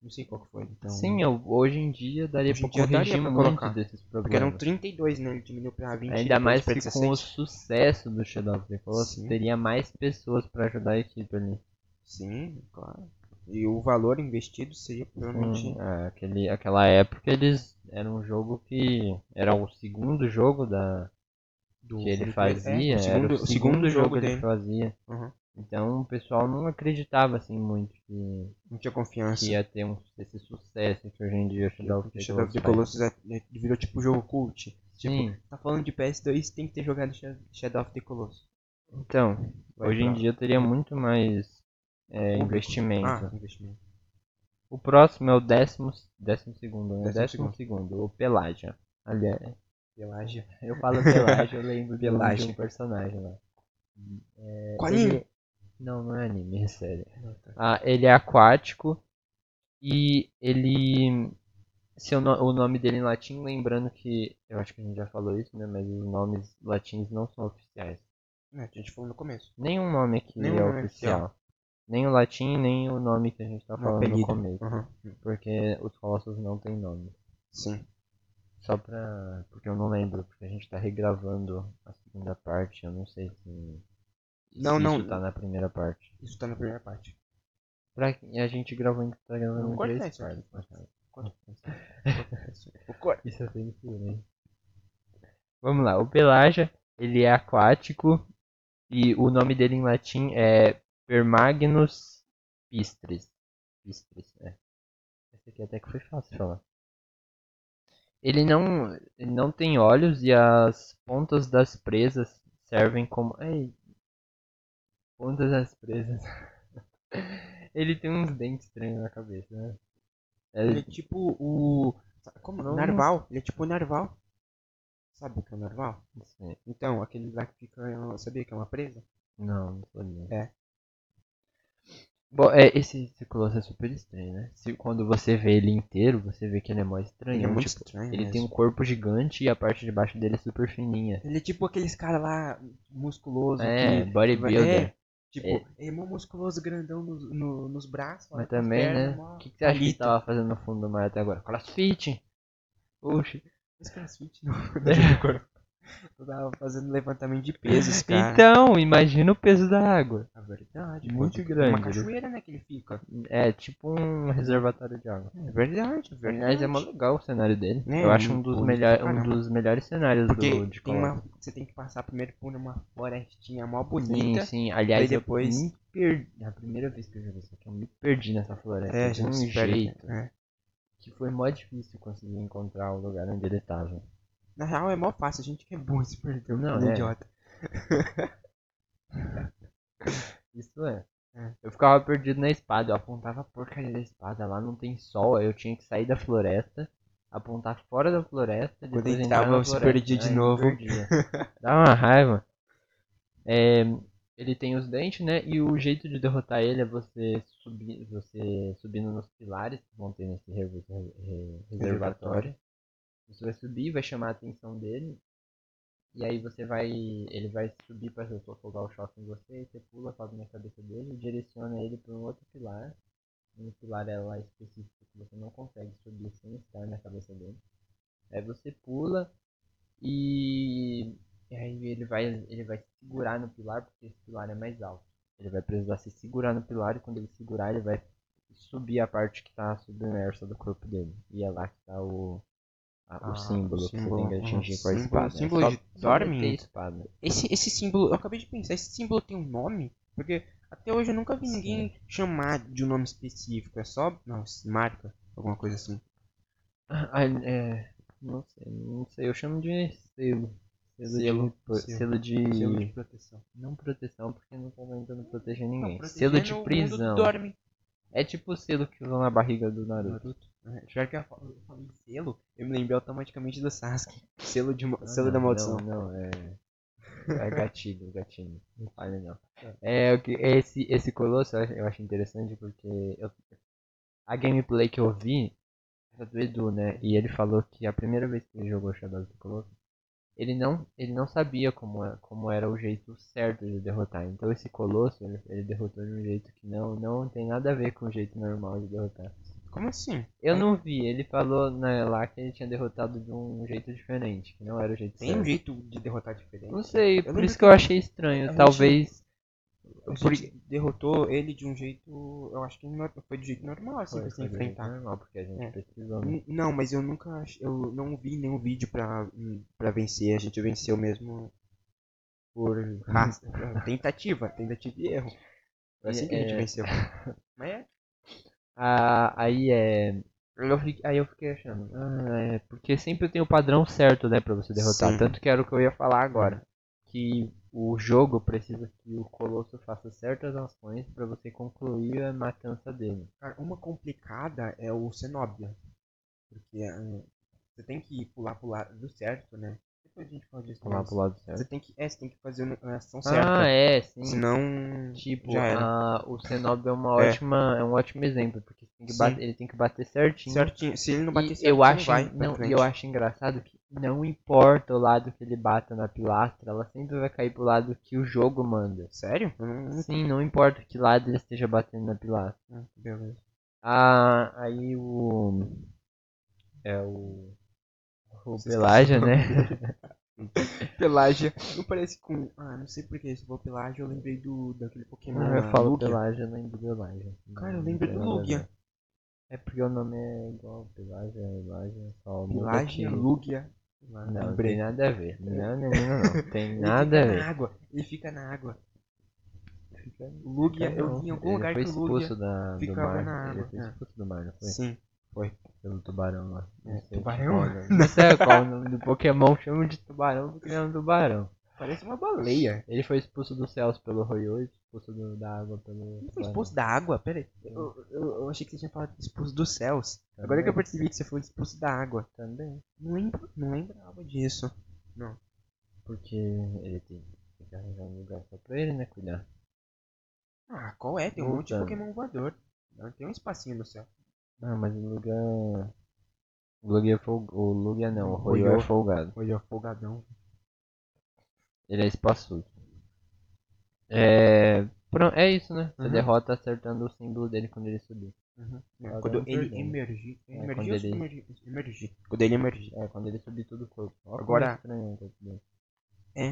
[SPEAKER 2] Não sei qual que foi, então.
[SPEAKER 1] Sim, eu- hoje em dia daria
[SPEAKER 2] Hoje em
[SPEAKER 1] pra
[SPEAKER 2] dia daria
[SPEAKER 1] corrigir
[SPEAKER 2] pra
[SPEAKER 1] muito
[SPEAKER 2] colocar.
[SPEAKER 1] desses
[SPEAKER 2] Porque eram
[SPEAKER 1] problemas.
[SPEAKER 2] 32, né? Ele diminuiu pra 20
[SPEAKER 1] Ainda
[SPEAKER 2] depois
[SPEAKER 1] mais
[SPEAKER 2] pra
[SPEAKER 1] que com o
[SPEAKER 2] 16.
[SPEAKER 1] sucesso do Shadow of the Colossus,
[SPEAKER 2] Sim.
[SPEAKER 1] teria mais pessoas pra ajudar a equipe ali.
[SPEAKER 2] Sim, claro. E o valor investido seria provavelmente.
[SPEAKER 1] Hum, é, aquele, aquela época eles era um jogo que era o segundo jogo da
[SPEAKER 2] do
[SPEAKER 1] que ele
[SPEAKER 2] Felipe-
[SPEAKER 1] fazia,
[SPEAKER 2] é, o segundo,
[SPEAKER 1] era
[SPEAKER 2] o segundo jogo
[SPEAKER 1] que
[SPEAKER 2] dele.
[SPEAKER 1] ele fazia.
[SPEAKER 2] Uhum.
[SPEAKER 1] Então o pessoal não acreditava assim muito que,
[SPEAKER 2] Não tinha confiança.
[SPEAKER 1] que ia ter um, esse sucesso que hoje em dia Shadow of the
[SPEAKER 2] Shadow of the
[SPEAKER 1] Colossus
[SPEAKER 2] Colossus é- é- virou tipo jogo cult.
[SPEAKER 1] faz.
[SPEAKER 2] Tipo,
[SPEAKER 1] Sim,
[SPEAKER 2] tá falando de PS2, tem que ter jogado Sha- Shadow of the Colossus.
[SPEAKER 1] então
[SPEAKER 2] Vai
[SPEAKER 1] hoje em
[SPEAKER 2] pra-
[SPEAKER 1] dia teria muito mais é,
[SPEAKER 2] Público.
[SPEAKER 1] investimento.
[SPEAKER 2] Ah, investimento.
[SPEAKER 1] O próximo é o décimo, décimo segundo, né?
[SPEAKER 2] Décimo
[SPEAKER 1] Décimo, segundo, o Pelagia. Aliás,
[SPEAKER 2] Pelagem.
[SPEAKER 1] eu falo Pelagia, eu lembro de um- de
[SPEAKER 2] Pelagia.
[SPEAKER 1] um personagem lá. É,
[SPEAKER 2] Qual é?
[SPEAKER 1] Ele-
[SPEAKER 2] anime?
[SPEAKER 1] Não, não é anime, é sério.
[SPEAKER 2] um- tá.
[SPEAKER 1] Ah, ele é aquático e ele. Seu no- O nome dele em latim, lembrando que. Eu acho que a gente já falou isso, né? Mas os nomes latins não são oficiais.
[SPEAKER 2] É, a gente falou no começo.
[SPEAKER 1] Nenhum nome aqui
[SPEAKER 2] Nenhum
[SPEAKER 1] é
[SPEAKER 2] nome é
[SPEAKER 1] oficial. Nem o latim, nem o nome que a gente tá
[SPEAKER 2] No
[SPEAKER 1] falando
[SPEAKER 2] apelido.
[SPEAKER 1] no começo.
[SPEAKER 2] Aham.
[SPEAKER 1] Porque os colossos não têm nome.
[SPEAKER 2] Sim.
[SPEAKER 1] Só pra. Porque eu não lembro, porque a gente tá regravando a segunda parte, eu não sei se.
[SPEAKER 2] Não,
[SPEAKER 1] se
[SPEAKER 2] não.
[SPEAKER 1] Isso tá na primeira parte.
[SPEAKER 2] Isso tá na primeira parte.
[SPEAKER 1] Pra, a gente gravou em tá gravando
[SPEAKER 2] Não,
[SPEAKER 1] em
[SPEAKER 2] corta
[SPEAKER 1] três
[SPEAKER 2] isso aqui,
[SPEAKER 1] partes.
[SPEAKER 2] corta
[SPEAKER 1] né?
[SPEAKER 2] Corta isso. Corta isso. Corta.
[SPEAKER 1] Isso é censura, hein? Vamos lá, o Pelagia, ele é aquático e o nome dele em latim é Permagnus Pistres. Pistres, é. Esse aqui até que foi fácil falar. Ele não, ele não tem olhos e as pontas das presas servem como. Ei! Pontas das presas. ele tem uns dentes estranhos na cabeça, né?
[SPEAKER 2] Ele é
[SPEAKER 1] É,
[SPEAKER 2] tipo o. sabe Como?
[SPEAKER 1] Não, não.
[SPEAKER 2] Narval. Ele é tipo o Narval. Sabe o que é o Narval?
[SPEAKER 1] assim,
[SPEAKER 2] Então, aquele lá que fica. eu Sabia que é uma presa?
[SPEAKER 1] Não, não sabia.
[SPEAKER 2] É.
[SPEAKER 1] Bom, é, esse, esse colosso é super estranho, né? Se, quando você vê ele inteiro, você vê que ele é mó estranho.
[SPEAKER 2] Ele é muito
[SPEAKER 1] Tipo,
[SPEAKER 2] estranho.
[SPEAKER 1] ele tem um
[SPEAKER 2] mesmo.
[SPEAKER 1] corpo gigante e a parte de baixo dele é super fininha.
[SPEAKER 2] Ele é tipo aqueles caras lá musculoso.
[SPEAKER 1] É,
[SPEAKER 2] que-
[SPEAKER 1] bodybuilder.
[SPEAKER 2] É, tipo, ele é mó musculoso grandão nos, no- nos braços.
[SPEAKER 1] Mas
[SPEAKER 2] lá, nas
[SPEAKER 1] também,
[SPEAKER 2] pernas,
[SPEAKER 1] né?
[SPEAKER 2] mó-
[SPEAKER 1] O que, que você acha que ele
[SPEAKER 2] palito.
[SPEAKER 1] tava fazendo no fundo do mar até agora? Crossfit! Oxi.
[SPEAKER 2] Mas crossfit não. Eu tava fazendo levantamento de pesos, cara.
[SPEAKER 1] Então, imagina o peso da água.
[SPEAKER 2] É verdade.
[SPEAKER 1] Muito
[SPEAKER 2] pô, tipo
[SPEAKER 1] grande,
[SPEAKER 2] Uma
[SPEAKER 1] né?
[SPEAKER 2] cachoeira, né, que ele fica.
[SPEAKER 1] É tipo um reservatório de água.
[SPEAKER 2] É verdade, é verdade.
[SPEAKER 1] Aliás, é mó legal o cenário dele.
[SPEAKER 2] É,
[SPEAKER 1] Eu acho um dos,
[SPEAKER 2] bonito
[SPEAKER 1] melhor,
[SPEAKER 2] pra
[SPEAKER 1] um
[SPEAKER 2] caramba.
[SPEAKER 1] dos melhores cenários
[SPEAKER 2] Porque
[SPEAKER 1] do, de
[SPEAKER 2] tem
[SPEAKER 1] Colômbia.
[SPEAKER 2] uma, você tem que passar primeiro por uma florestinha mó
[SPEAKER 1] Sim,
[SPEAKER 2] bonita.
[SPEAKER 1] sim. Aliás,
[SPEAKER 2] Aí
[SPEAKER 1] eu
[SPEAKER 2] depois-
[SPEAKER 1] me perdi. Na primeira vez que eu joguei isso aqui, eu me perdi nessa floresta.
[SPEAKER 2] É, a
[SPEAKER 1] de um
[SPEAKER 2] gente se perde,
[SPEAKER 1] jeito
[SPEAKER 2] né?
[SPEAKER 1] que foi mó difícil conseguir encontrar o lugar onde ele tava.
[SPEAKER 2] Na real é mó fácil, a gente que é burro se perdeu,
[SPEAKER 1] Não,
[SPEAKER 2] não,
[SPEAKER 1] é.
[SPEAKER 2] é. idiota.
[SPEAKER 1] Isso é.
[SPEAKER 2] É.
[SPEAKER 1] Eu ficava perdido na espada, eu apontava a porcaria da espada, lá não tem sol, aí eu tinha que sair da floresta, apontar fora da floresta,
[SPEAKER 2] Quando
[SPEAKER 1] depois
[SPEAKER 2] entrava,
[SPEAKER 1] entrar na
[SPEAKER 2] eu se
[SPEAKER 1] floresta.
[SPEAKER 2] perdia de
[SPEAKER 1] Ai,
[SPEAKER 2] novo.
[SPEAKER 1] perdia. Dá uma raiva. É, ele tem os dentes, né? E o jeito de derrotar ele é você subir, você subindo nos pilares que vão ter nesse re- re- re- reservatório. Você vai subir, vai chamar a atenção dele. E aí você vai. Ele vai subir pra jogar o choque em você, você pula, sobe na cabeça dele e direciona ele pra um outro pilar. Um pilar é lá específico que você não consegue subir sem estar na cabeça dele. Aí você pula e, e aí ele vai, ele vai se segurar no pilar porque esse pilar é mais alto. Ele vai precisar se segurar no pilar e quando ele segurar ele vai subir a parte que tá submersa do corpo dele. E é lá que tá o, a- o
[SPEAKER 2] Ah,
[SPEAKER 1] símbolo,
[SPEAKER 2] o
[SPEAKER 1] que você
[SPEAKER 2] símbolo,
[SPEAKER 1] tem que
[SPEAKER 2] ah,
[SPEAKER 1] atingir com a
[SPEAKER 2] símbolo-
[SPEAKER 1] espada.
[SPEAKER 2] símbolo
[SPEAKER 1] é
[SPEAKER 2] de
[SPEAKER 1] só, só
[SPEAKER 2] Thormin?
[SPEAKER 1] meter a espada.
[SPEAKER 2] Esse, esse símbolo, eu acabei de pensar, esse símbolo tem um nome? Porque até hoje eu nunca vi
[SPEAKER 1] Sim.
[SPEAKER 2] ninguém chamar de um nome específico, é só, não, marca, alguma coisa assim.
[SPEAKER 1] Ah, é, não sei, não sei. Eu chamo de selo. Selo,
[SPEAKER 2] Selo,
[SPEAKER 1] de,
[SPEAKER 2] selo.
[SPEAKER 1] selo de.
[SPEAKER 2] Selo de proteção.
[SPEAKER 1] Não proteção, porque não tá tentando proteger ninguém.
[SPEAKER 2] Não,
[SPEAKER 1] selo
[SPEAKER 2] protegendo o
[SPEAKER 1] de
[SPEAKER 2] mundo
[SPEAKER 1] prisão.
[SPEAKER 2] dorme.
[SPEAKER 1] É tipo o selo que usam na barriga do Naruto.
[SPEAKER 2] Naruto. É, Pior que eu fal- eu falei selo, eu me lembrei automaticamente do Sasuke. Selo, de, mo-
[SPEAKER 1] Ah,
[SPEAKER 2] selo
[SPEAKER 1] não,
[SPEAKER 2] da maldição.
[SPEAKER 1] Não, não, é. É gatilho, gatilho. Não falha não. É, o que- esse, esse Colosso eu acho- eu acho interessante porque eu- a gameplay que eu vi era do Edu, né? E ele falou que a primeira vez que ele jogou Shadow do Colosso, ele não, ele não sabia como, é- como era o jeito certo de derrotar. Então esse Colosso, ele, ele derrotou de um jeito que não, não tem nada a ver com o jeito normal de derrotar.
[SPEAKER 2] Como assim?
[SPEAKER 1] Eu não vi, ele falou né, lá que ele tinha derrotado de um jeito diferente, que não era o jeito
[SPEAKER 2] Tem
[SPEAKER 1] certo.
[SPEAKER 2] um jeito de derrotar diferente?
[SPEAKER 1] Não sei,
[SPEAKER 2] lembro
[SPEAKER 1] por isso
[SPEAKER 2] que
[SPEAKER 1] que eu achei estranho.
[SPEAKER 2] gente-
[SPEAKER 1] Talvez.
[SPEAKER 2] A gente
[SPEAKER 1] Por-
[SPEAKER 2] derrotou ele de um jeito. Eu acho que no- foi de jeito normal, assim, pra se
[SPEAKER 1] foi do jeito
[SPEAKER 2] enfrentar.
[SPEAKER 1] normal, porque a gente
[SPEAKER 2] É.
[SPEAKER 1] pesquisou, né?
[SPEAKER 2] N- Não, mas eu nunca. ach- Eu não vi nenhum vídeo pra, hum, pra vencer. A gente venceu mesmo por raça.
[SPEAKER 1] Hum.
[SPEAKER 2] tentativa, tentativa e erro. Foi assim que a gente
[SPEAKER 1] É.
[SPEAKER 2] venceu. Mas é.
[SPEAKER 1] Ah, aí é. Eu fiquei, aí eu fiquei achando. Ah, é, porque sempre tem o padrão certo, né, pra você derrotar.
[SPEAKER 2] Sim.
[SPEAKER 1] Tanto que era o que eu ia falar agora. Que o jogo precisa que o Colosso faça certas ações pra você concluir a matança dele.
[SPEAKER 2] Cara, uma complicada é o Cenobia. Porque eh, você tem que pular pro lado certo, né? Depois a gente fala disso.
[SPEAKER 1] Pular
[SPEAKER 2] mas
[SPEAKER 1] pro lado certo.
[SPEAKER 2] Você tem que, é, você tem que fazer a ação
[SPEAKER 1] Ah,
[SPEAKER 2] certa.
[SPEAKER 1] é, sim.
[SPEAKER 2] Senão.
[SPEAKER 1] Tipo,
[SPEAKER 2] Já era.
[SPEAKER 1] ah, o Cenobio é uma
[SPEAKER 2] É.
[SPEAKER 1] ótima. É um ótimo exemplo, porque tem que
[SPEAKER 2] Sim.
[SPEAKER 1] bater- ele tem que bater certinho.
[SPEAKER 2] Certinho. Se ele não bater
[SPEAKER 1] E
[SPEAKER 2] certinho,
[SPEAKER 1] eu acho,
[SPEAKER 2] vai pra
[SPEAKER 1] não, e
[SPEAKER 2] frente.
[SPEAKER 1] eu acho engraçado que não importa o lado que ele bata na pilastra, ela sempre vai cair pro lado que o jogo manda.
[SPEAKER 2] Sério? Eu não- não-
[SPEAKER 1] Sim, não importa que lado ele esteja batendo na pilastra.
[SPEAKER 2] Ah, Beleza.
[SPEAKER 1] Ah, aí o é o o
[SPEAKER 2] Vocês
[SPEAKER 1] Pelagia,
[SPEAKER 2] esqueceram
[SPEAKER 1] né?
[SPEAKER 2] Pelágia. Não parece com. Ah, não sei porquê. Se for Pelágia, eu lembrei do daquele Pokémon.
[SPEAKER 1] Quando eu
[SPEAKER 2] lá,
[SPEAKER 1] falo
[SPEAKER 2] é Lugia.
[SPEAKER 1] Pelagia, eu lembro do Pelagia.
[SPEAKER 2] Cara, eu
[SPEAKER 1] Não
[SPEAKER 2] lembro
[SPEAKER 1] tem
[SPEAKER 2] do
[SPEAKER 1] nada a ver.
[SPEAKER 2] Lugia.
[SPEAKER 1] É porque o nome é igual Pelagia, Pelagia, é só muda
[SPEAKER 2] Pelágia,
[SPEAKER 1] que-
[SPEAKER 2] é Lugia.
[SPEAKER 1] Não,
[SPEAKER 2] Lembrei.
[SPEAKER 1] tem nada a ver. Não, não, não, não. Tem
[SPEAKER 2] Ele
[SPEAKER 1] nada a
[SPEAKER 2] fica
[SPEAKER 1] ver.
[SPEAKER 2] na água. Ele fica na água. O Lugia, eu
[SPEAKER 1] É, Não,
[SPEAKER 2] vi em algum
[SPEAKER 1] ele
[SPEAKER 2] lugar
[SPEAKER 1] foi
[SPEAKER 2] que o Lugia.
[SPEAKER 1] expulso da, do
[SPEAKER 2] ficava
[SPEAKER 1] mar.
[SPEAKER 2] na
[SPEAKER 1] ele
[SPEAKER 2] água,
[SPEAKER 1] foi
[SPEAKER 2] é.
[SPEAKER 1] expulso do mar, não foi?
[SPEAKER 2] Sim.
[SPEAKER 1] Pelo tubarão lá. Não
[SPEAKER 2] É,
[SPEAKER 1] sei
[SPEAKER 2] tubarão?
[SPEAKER 1] qual é o nome. Não sei qual é o nome do Pokémon, chama de tubarão porque ele é um tubarão.
[SPEAKER 2] Parece uma baleia.
[SPEAKER 1] Ele foi expulso dos céus pelo Hoyo, expulso do- da água pelo.
[SPEAKER 2] Ele foi
[SPEAKER 1] tubarão.
[SPEAKER 2] expulso da água? Pera aí. Eu, eu- eu achei que você tinha falado expulso dos céus.
[SPEAKER 1] Também.
[SPEAKER 2] Agora que eu percebi que você foi expulso da água.
[SPEAKER 1] também.
[SPEAKER 2] Não lembro, não lembrava disso.
[SPEAKER 1] Porque ele tem que arranjar um lugar só pra ele, né? Cuidar.
[SPEAKER 2] Ah, qual é? Tem um monte de
[SPEAKER 1] Voltando.
[SPEAKER 2] Pokémon voador. Não, Tem um espacinho no céu.
[SPEAKER 1] Ah, mas o lugar. O Lugia é folg... O Lugia não, o Hoyo
[SPEAKER 2] Hoyo.
[SPEAKER 1] é folgado.
[SPEAKER 2] Olha, afogadão.
[SPEAKER 1] Ele é espaçudo. É. Pronto, é isso, né? Você
[SPEAKER 2] Uhum.
[SPEAKER 1] derrota acertando o símbolo dele quando ele subir.
[SPEAKER 2] Uhum.
[SPEAKER 1] Agora
[SPEAKER 2] Quando
[SPEAKER 1] eu tô
[SPEAKER 2] ele
[SPEAKER 1] perdendo.
[SPEAKER 2] emergir.
[SPEAKER 1] É,
[SPEAKER 2] Emergir
[SPEAKER 1] quando
[SPEAKER 2] ou se
[SPEAKER 1] ele-
[SPEAKER 2] emergir? Emergir. Quando ele emergir.
[SPEAKER 1] É, quando ele subir tudo o corpo. Olha como
[SPEAKER 2] Agora-
[SPEAKER 1] é estranho, tá tudo bem.
[SPEAKER 2] É,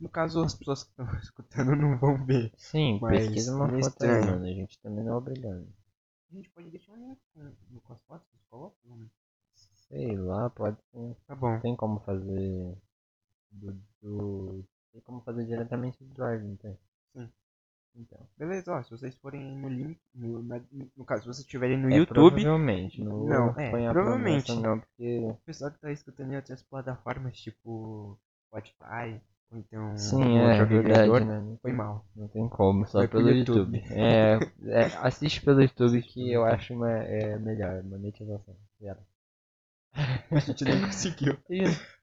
[SPEAKER 2] no caso as pessoas que estão escutando não vão ver.
[SPEAKER 1] Sim,
[SPEAKER 2] Mas
[SPEAKER 1] pesquisa uma
[SPEAKER 2] é
[SPEAKER 1] foto
[SPEAKER 2] meio
[SPEAKER 1] aí,
[SPEAKER 2] estranho.
[SPEAKER 1] mano. A gente também não é obrigado.
[SPEAKER 2] A gente pode deixar um link com, no- com as fotos que você coloca? não, né?
[SPEAKER 1] Sei lá, pode ser.
[SPEAKER 2] Tá bom.
[SPEAKER 1] Não tem como fazer do. do não tem como fazer diretamente do Drive, não tem?
[SPEAKER 2] Sim.
[SPEAKER 1] Então.
[SPEAKER 2] Beleza, ó, se vocês forem no link, no, na- no caso, se vocês estiverem no
[SPEAKER 1] É,
[SPEAKER 2] YouTube,
[SPEAKER 1] Provavelmente. Não, vou
[SPEAKER 2] Não, é,
[SPEAKER 1] pôr a
[SPEAKER 2] provavelmente.
[SPEAKER 1] promessa,
[SPEAKER 2] né?
[SPEAKER 1] não, porque.
[SPEAKER 2] o pessoal que tá escutando em outras plataformas, tipo Spotify, ou então
[SPEAKER 1] Sim,
[SPEAKER 2] outro
[SPEAKER 1] é
[SPEAKER 2] agregador,
[SPEAKER 1] verdade, né?
[SPEAKER 2] foi mal.
[SPEAKER 1] Não tem como, só
[SPEAKER 2] Vai pro
[SPEAKER 1] pelo
[SPEAKER 2] YouTube.
[SPEAKER 1] YouTube. É, é, assiste pelo YouTube que eu acho uma, é melhor, monetização. Era.
[SPEAKER 2] A gente não conseguiu.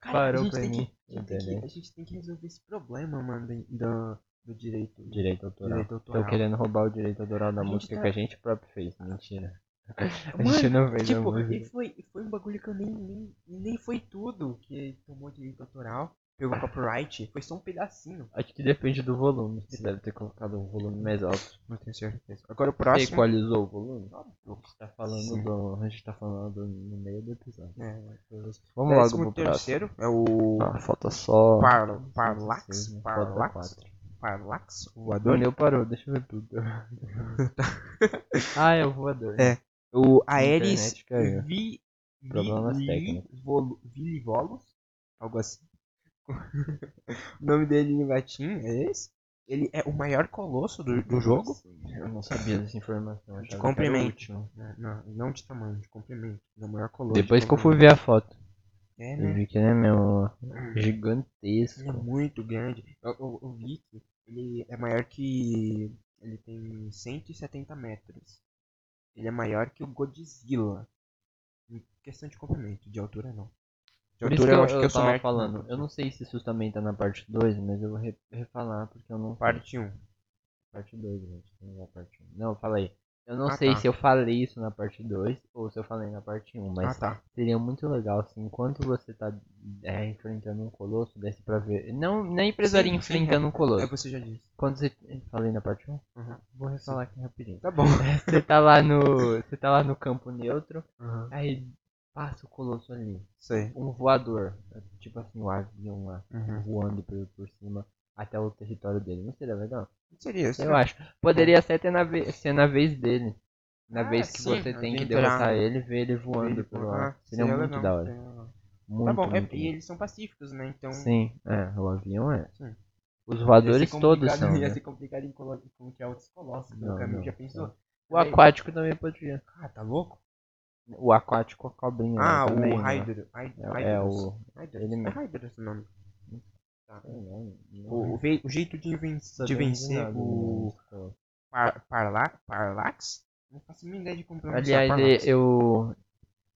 [SPEAKER 1] Parou
[SPEAKER 2] a gente
[SPEAKER 1] pra
[SPEAKER 2] tem
[SPEAKER 1] mim,
[SPEAKER 2] Que, a, gente tem que,
[SPEAKER 1] entendeu?
[SPEAKER 2] a gente tem que resolver esse problema, mano, do, do, do direito.
[SPEAKER 1] Direito autoral.
[SPEAKER 2] Direito
[SPEAKER 1] Tô
[SPEAKER 2] autoral.
[SPEAKER 1] querendo roubar o direito autoral da
[SPEAKER 2] A gente
[SPEAKER 1] música
[SPEAKER 2] tá-
[SPEAKER 1] que a gente próprio fez. Mentira. A gente
[SPEAKER 2] Mano,
[SPEAKER 1] não fez a
[SPEAKER 2] tipo, e
[SPEAKER 1] música.
[SPEAKER 2] foi, e foi um bagulho que eu nem, nem, nem foi tudo que tomou direito autoral, pegou copyright, foi só um pedacinho.
[SPEAKER 1] Acho que depende do volume. Você deve ter colocado um volume mais alto.
[SPEAKER 2] Não tenho certeza. Agora o
[SPEAKER 1] Você
[SPEAKER 2] próximo.
[SPEAKER 1] equalizou o volume?
[SPEAKER 2] Óbvio.
[SPEAKER 1] Você tá falando
[SPEAKER 2] Sim.
[SPEAKER 1] do. A gente tá falando no meio do episódio.
[SPEAKER 2] É,
[SPEAKER 1] Vamos
[SPEAKER 2] Décimo
[SPEAKER 1] logo pro próximo.
[SPEAKER 2] terceiro é o
[SPEAKER 1] Ah, falta só.
[SPEAKER 2] Par-
[SPEAKER 1] cinco,
[SPEAKER 2] Parlax?
[SPEAKER 1] seis, né?
[SPEAKER 2] Parlax?
[SPEAKER 1] Falta quatro.
[SPEAKER 2] Parlax, o
[SPEAKER 1] O
[SPEAKER 2] voador.
[SPEAKER 1] meu parou, deixa eu ver tudo. ah, é o voador.
[SPEAKER 2] É. O
[SPEAKER 1] A
[SPEAKER 2] Aeris
[SPEAKER 1] internet caiu.
[SPEAKER 2] vi,
[SPEAKER 1] Problemas
[SPEAKER 2] vi,
[SPEAKER 1] técnicos.
[SPEAKER 2] Volo- Vilivolus, algo assim. o nome dele em latim é esse. Ele é o maior colosso do, do jogo.
[SPEAKER 1] Eu não sabia dessa informação. achava que era o
[SPEAKER 2] cumprimento.
[SPEAKER 1] último.
[SPEAKER 2] Não, não, não de tamanho, de comprimento. Ele é o maior colosso. de
[SPEAKER 1] Depois que eu fui
[SPEAKER 2] comprimento.
[SPEAKER 1] ver a foto,
[SPEAKER 2] É,
[SPEAKER 1] eu
[SPEAKER 2] né?
[SPEAKER 1] vi que ele é meu
[SPEAKER 2] Ele é
[SPEAKER 1] gigantesco.
[SPEAKER 2] muito grande. O, o, o Vic, ele é maior que. Ele tem 170 metros. Ele é maior que o Godzilla. Em questão de comprimento, de altura não. De
[SPEAKER 1] Por isso
[SPEAKER 2] altura
[SPEAKER 1] que eu,
[SPEAKER 2] eu acho que eu sou
[SPEAKER 1] tava
[SPEAKER 2] maior
[SPEAKER 1] falando. Eu não sei se sustenta na parte 2, mas eu vou re- refalar porque eu não sei.
[SPEAKER 2] Parte 1.
[SPEAKER 1] parte 2, gente. Não é a parte 1. Não, fala aí. Eu não
[SPEAKER 2] Ah,
[SPEAKER 1] sei
[SPEAKER 2] tá.
[SPEAKER 1] se eu falei isso na parte 2 ou se eu falei na parte 1, mas
[SPEAKER 2] Ah tá.
[SPEAKER 1] seria muito legal se enquanto você tá é, enfrentando um colosso, desse pra ver. Não, nem precisaria
[SPEAKER 2] Sim, sim,
[SPEAKER 1] enfrentando um colosso.
[SPEAKER 2] Aí É você já disse.
[SPEAKER 1] Quando você. Falei na parte 1?
[SPEAKER 2] Uhum.
[SPEAKER 1] Vou refalar aqui rapidinho.
[SPEAKER 2] Tá bom.
[SPEAKER 1] Você tá lá no. Você tá lá no campo neutro, aí passa o colosso ali.
[SPEAKER 2] Sei.
[SPEAKER 1] Um voador. Tipo assim, o avião lá
[SPEAKER 2] Uhum.
[SPEAKER 1] voando por, por cima até o território dele. Não seria legal?
[SPEAKER 2] Seria isso.
[SPEAKER 1] Eu acho. Poderia até ter na ve- ser na vez dele. Na
[SPEAKER 2] Ah,
[SPEAKER 1] vez que
[SPEAKER 2] sim,
[SPEAKER 1] você tem que
[SPEAKER 2] aventurar.
[SPEAKER 1] derrotar ele, ver ele voando pelo
[SPEAKER 2] Ah,
[SPEAKER 1] ar. Seria muito
[SPEAKER 2] legal,
[SPEAKER 1] da hora.
[SPEAKER 2] seria legal.
[SPEAKER 1] Muito,
[SPEAKER 2] Tá bom, é-
[SPEAKER 1] muito
[SPEAKER 2] e
[SPEAKER 1] legal.
[SPEAKER 2] eles são pacíficos, né? Então.
[SPEAKER 1] Sim, é, o avião é.
[SPEAKER 2] Sim.
[SPEAKER 1] Os
[SPEAKER 2] Ia ser
[SPEAKER 1] voadores
[SPEAKER 2] complicado-
[SPEAKER 1] todos são.
[SPEAKER 2] Ia
[SPEAKER 1] né?
[SPEAKER 2] ser complicado em colo- encontrar outros colossos no
[SPEAKER 1] Não,
[SPEAKER 2] caminho,
[SPEAKER 1] não,
[SPEAKER 2] já pensou?
[SPEAKER 1] O aquático também podia.
[SPEAKER 2] Ah, tá louco?
[SPEAKER 1] O aquático, a cobrinha. né,
[SPEAKER 2] Ah,
[SPEAKER 1] também,
[SPEAKER 2] o
[SPEAKER 1] né?
[SPEAKER 2] Hydro. Hyd-
[SPEAKER 1] É, é
[SPEAKER 2] Hydrus.
[SPEAKER 1] o.
[SPEAKER 2] Hydrus.
[SPEAKER 1] ele mesmo.
[SPEAKER 2] É Hydrus o nome. Tá.
[SPEAKER 1] Sei lá, não
[SPEAKER 2] O, o ve- o jeito de, ven- de
[SPEAKER 1] sabemos
[SPEAKER 2] vencer
[SPEAKER 1] nada,
[SPEAKER 2] o
[SPEAKER 1] né?
[SPEAKER 2] par, Parla- Parlax? Não faço a mínima ideia de como
[SPEAKER 1] Aliás,
[SPEAKER 2] Parlax.
[SPEAKER 1] e- eu.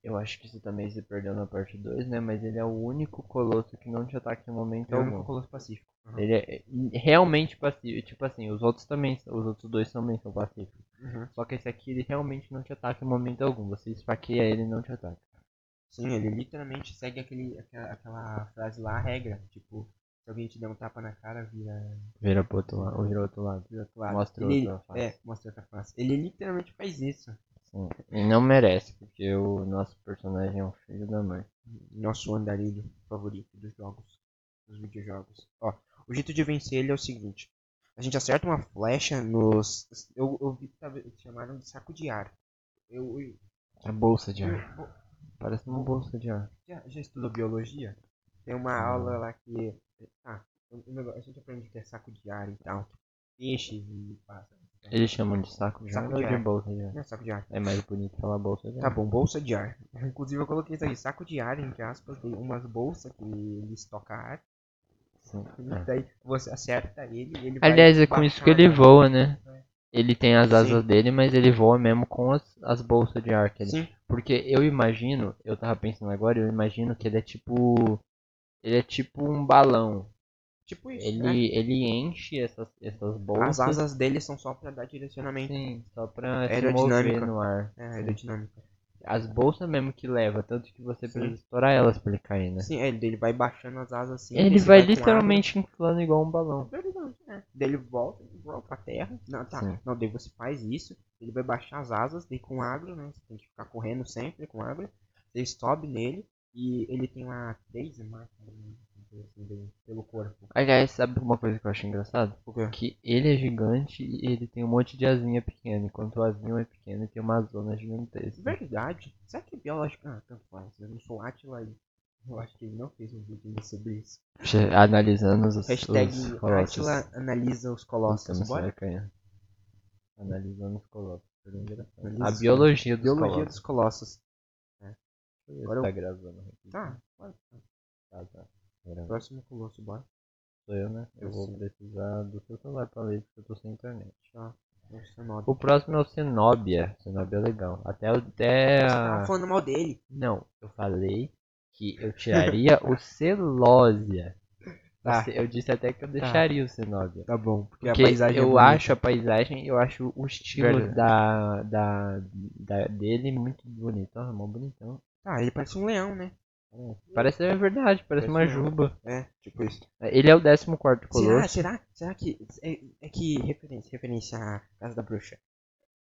[SPEAKER 1] Eu acho que isso também se perdeu na parte 2, né? Mas ele é o único colosso que não te ataca em momento
[SPEAKER 2] É o único
[SPEAKER 1] algum.
[SPEAKER 2] colosso pacífico. Aham.
[SPEAKER 1] Ele é realmente passivo. Tipo assim, os outros também. Os outros dois também são pacíficos.
[SPEAKER 2] Uhum.
[SPEAKER 1] Só que esse aqui ele realmente não te ataca em momento algum. Você esfaqueia ele e não te ataca.
[SPEAKER 2] Sim, ele literalmente segue aquele, aquela, aquela frase lá, a regra. Tipo, se alguém te der um tapa na cara, vira
[SPEAKER 1] Vira pro outro lado. Ou vira outro lado.
[SPEAKER 2] pro outro lado.
[SPEAKER 1] Mostra
[SPEAKER 2] ele,
[SPEAKER 1] outra face.
[SPEAKER 2] É, mostra outra face. Ele literalmente faz isso.
[SPEAKER 1] Sim. E não merece, porque o nosso personagem é um filho da mãe.
[SPEAKER 2] nosso andarilho favorito dos jogos, dos videojogos. Ó, o jeito de vencer ele é o seguinte: a gente acerta uma flecha nos. Eu, eu vi que tava- chamaram de saco de ar. Eu, eu-
[SPEAKER 1] A bolsa de
[SPEAKER 2] eu-
[SPEAKER 1] ar. Parece uma bolsa de ar.
[SPEAKER 2] já, já estudou biologia? Tem uma
[SPEAKER 1] Não.
[SPEAKER 2] aula lá que. Ah, o- o negócio- a gente aprende que é saco de ar e tal. Peixes e pássaros.
[SPEAKER 1] Eles chamam de saco de ar
[SPEAKER 2] Saco
[SPEAKER 1] ou
[SPEAKER 2] de
[SPEAKER 1] de
[SPEAKER 2] ar.
[SPEAKER 1] bolsa de ar?
[SPEAKER 2] Não é saco de ar.
[SPEAKER 1] É mais bonito falar bolsa de
[SPEAKER 2] Tá
[SPEAKER 1] ar.
[SPEAKER 2] bom, bolsa de ar. Inclusive eu coloquei isso aí, saco de ar, entre aspas, tem umas bolsas que eles tocam ar.
[SPEAKER 1] Sim.
[SPEAKER 2] E
[SPEAKER 1] É.
[SPEAKER 2] Daí você acerta ele e ele vai
[SPEAKER 1] Aliás, é com isso que ele
[SPEAKER 2] baixar.
[SPEAKER 1] voa, né? Ele tem as asas
[SPEAKER 2] Sim.
[SPEAKER 1] dele, mas ele voa mesmo com as, as bolsas de ar que ele.
[SPEAKER 2] Sim,
[SPEAKER 1] Porque eu imagino, eu tava pensando agora, eu imagino que ele é tipo. Ele é tipo um balão.
[SPEAKER 2] tipo isso. né?
[SPEAKER 1] Ele, ele enche essas, essas bolsas.
[SPEAKER 2] As asas dele são só pra dar direcionamento.
[SPEAKER 1] Sim, só pra se
[SPEAKER 2] Aerodinâmica.
[SPEAKER 1] mover no ar.
[SPEAKER 2] É, aerodinâmica.
[SPEAKER 1] As bolsas mesmo que leva, tanto que você
[SPEAKER 2] Sim.
[SPEAKER 1] precisa estourar elas pra ele cair, né?
[SPEAKER 2] Sim, é, ele vai baixando as asas assim.
[SPEAKER 1] Ele
[SPEAKER 2] daí
[SPEAKER 1] vai
[SPEAKER 2] com
[SPEAKER 1] literalmente inflando igual um balão.
[SPEAKER 2] ar. Verdade, é. Daí ele volta, volta pra terra. Não, tá.
[SPEAKER 1] Sim.
[SPEAKER 2] Não, daí você faz isso. Ele vai baixar as asas, daí com agro, né? Você tem que ficar correndo sempre com agro. Você sobe nele. E ele tem lá três marcas. né? assim, assim, bem, pelo corpo.
[SPEAKER 1] Aliás, sabe uma coisa que eu acho engraçado?
[SPEAKER 2] Porque
[SPEAKER 1] Que ele é gigante e ele tem um monte de asinha pequena, enquanto o asinho é pequeno e tem uma zona gigantesca.
[SPEAKER 2] Verdade. Será que biológico. Ah, tanto faz. Eu não sou Atila e eu acho que ele não fez um vídeo ainda sobre isso.
[SPEAKER 1] Che- Analisando os, os
[SPEAKER 2] Hashtag
[SPEAKER 1] colossos.
[SPEAKER 2] Atila analisa os
[SPEAKER 1] Nossa,
[SPEAKER 2] colossos.
[SPEAKER 1] não
[SPEAKER 2] Bora?
[SPEAKER 1] sei quem é. Analisando os colossos. Seria engraçado.
[SPEAKER 2] Analisa
[SPEAKER 1] A
[SPEAKER 2] os
[SPEAKER 1] biologia dos
[SPEAKER 2] Biologia
[SPEAKER 1] colossos.
[SPEAKER 2] dos colossos. Agora eu-
[SPEAKER 1] Tá gravando aqui.
[SPEAKER 2] Tá, bora.
[SPEAKER 1] Tá, tá. Gravando.
[SPEAKER 2] Próximo colosso, bora.
[SPEAKER 1] Sou eu, né? Eu
[SPEAKER 2] Eu
[SPEAKER 1] vou
[SPEAKER 2] sei.
[SPEAKER 1] precisar do seu celular pra ler, porque eu tô sem internet.
[SPEAKER 2] Nossa, nota.
[SPEAKER 1] O próximo é o Cenobia. Cenobia é legal. Até o. Até
[SPEAKER 2] Você
[SPEAKER 1] a...
[SPEAKER 2] tava falando mal dele.
[SPEAKER 1] Não, eu falei que eu tiraria o Celósia.
[SPEAKER 2] Tá.
[SPEAKER 1] Eu disse até que eu deixaria o Cenóbia.
[SPEAKER 2] Tá bom, porque,
[SPEAKER 1] Porque
[SPEAKER 2] a paisagem é
[SPEAKER 1] eu
[SPEAKER 2] bonita.
[SPEAKER 1] acho a paisagem, eu acho o estilo
[SPEAKER 2] Verdade.
[SPEAKER 1] da, da, da- dele muito bonito. Ó, mó bonitão.
[SPEAKER 2] Tá, ele parece um leão, né?
[SPEAKER 1] Parece, é verdade, parece
[SPEAKER 2] Parece
[SPEAKER 1] uma
[SPEAKER 2] um-
[SPEAKER 1] juba.
[SPEAKER 2] É, tipo isso.
[SPEAKER 1] Ele é o 14
[SPEAKER 2] Será,
[SPEAKER 1] colosso.
[SPEAKER 2] será? Será que. É, é que referência, referência à Casa da Bruxa.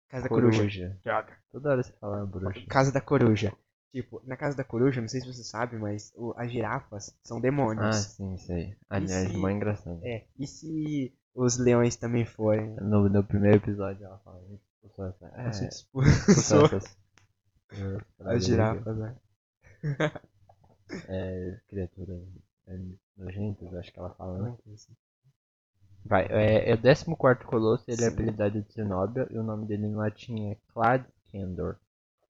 [SPEAKER 2] Casa da é Coruja.
[SPEAKER 1] Coruja.
[SPEAKER 2] Droga.
[SPEAKER 1] Toda hora você fala bruxa.
[SPEAKER 2] Casa da Coruja. Tipo, na Casa da Coruja, não sei se você sabe, mas o- as girafas são
[SPEAKER 1] Ah,
[SPEAKER 2] demônios.
[SPEAKER 1] sim, sei. Aliás,
[SPEAKER 2] se-
[SPEAKER 1] mó engraçado.
[SPEAKER 2] É, e se os leões também forem?
[SPEAKER 1] No, no primeiro episódio ela fala, "Me expulsou essa-
[SPEAKER 2] A gente
[SPEAKER 1] é, expulsou
[SPEAKER 2] expulsou
[SPEAKER 1] essas-
[SPEAKER 2] as girafas, né?
[SPEAKER 1] é, criaturas é, nojentas, acho que ela fala. né?
[SPEAKER 2] Não, assim.
[SPEAKER 1] Vai, é, é o 14 Colosso, ele é
[SPEAKER 2] Sim.
[SPEAKER 1] apelidado de Zenobia, e o nome dele em latim é Clad Kendor.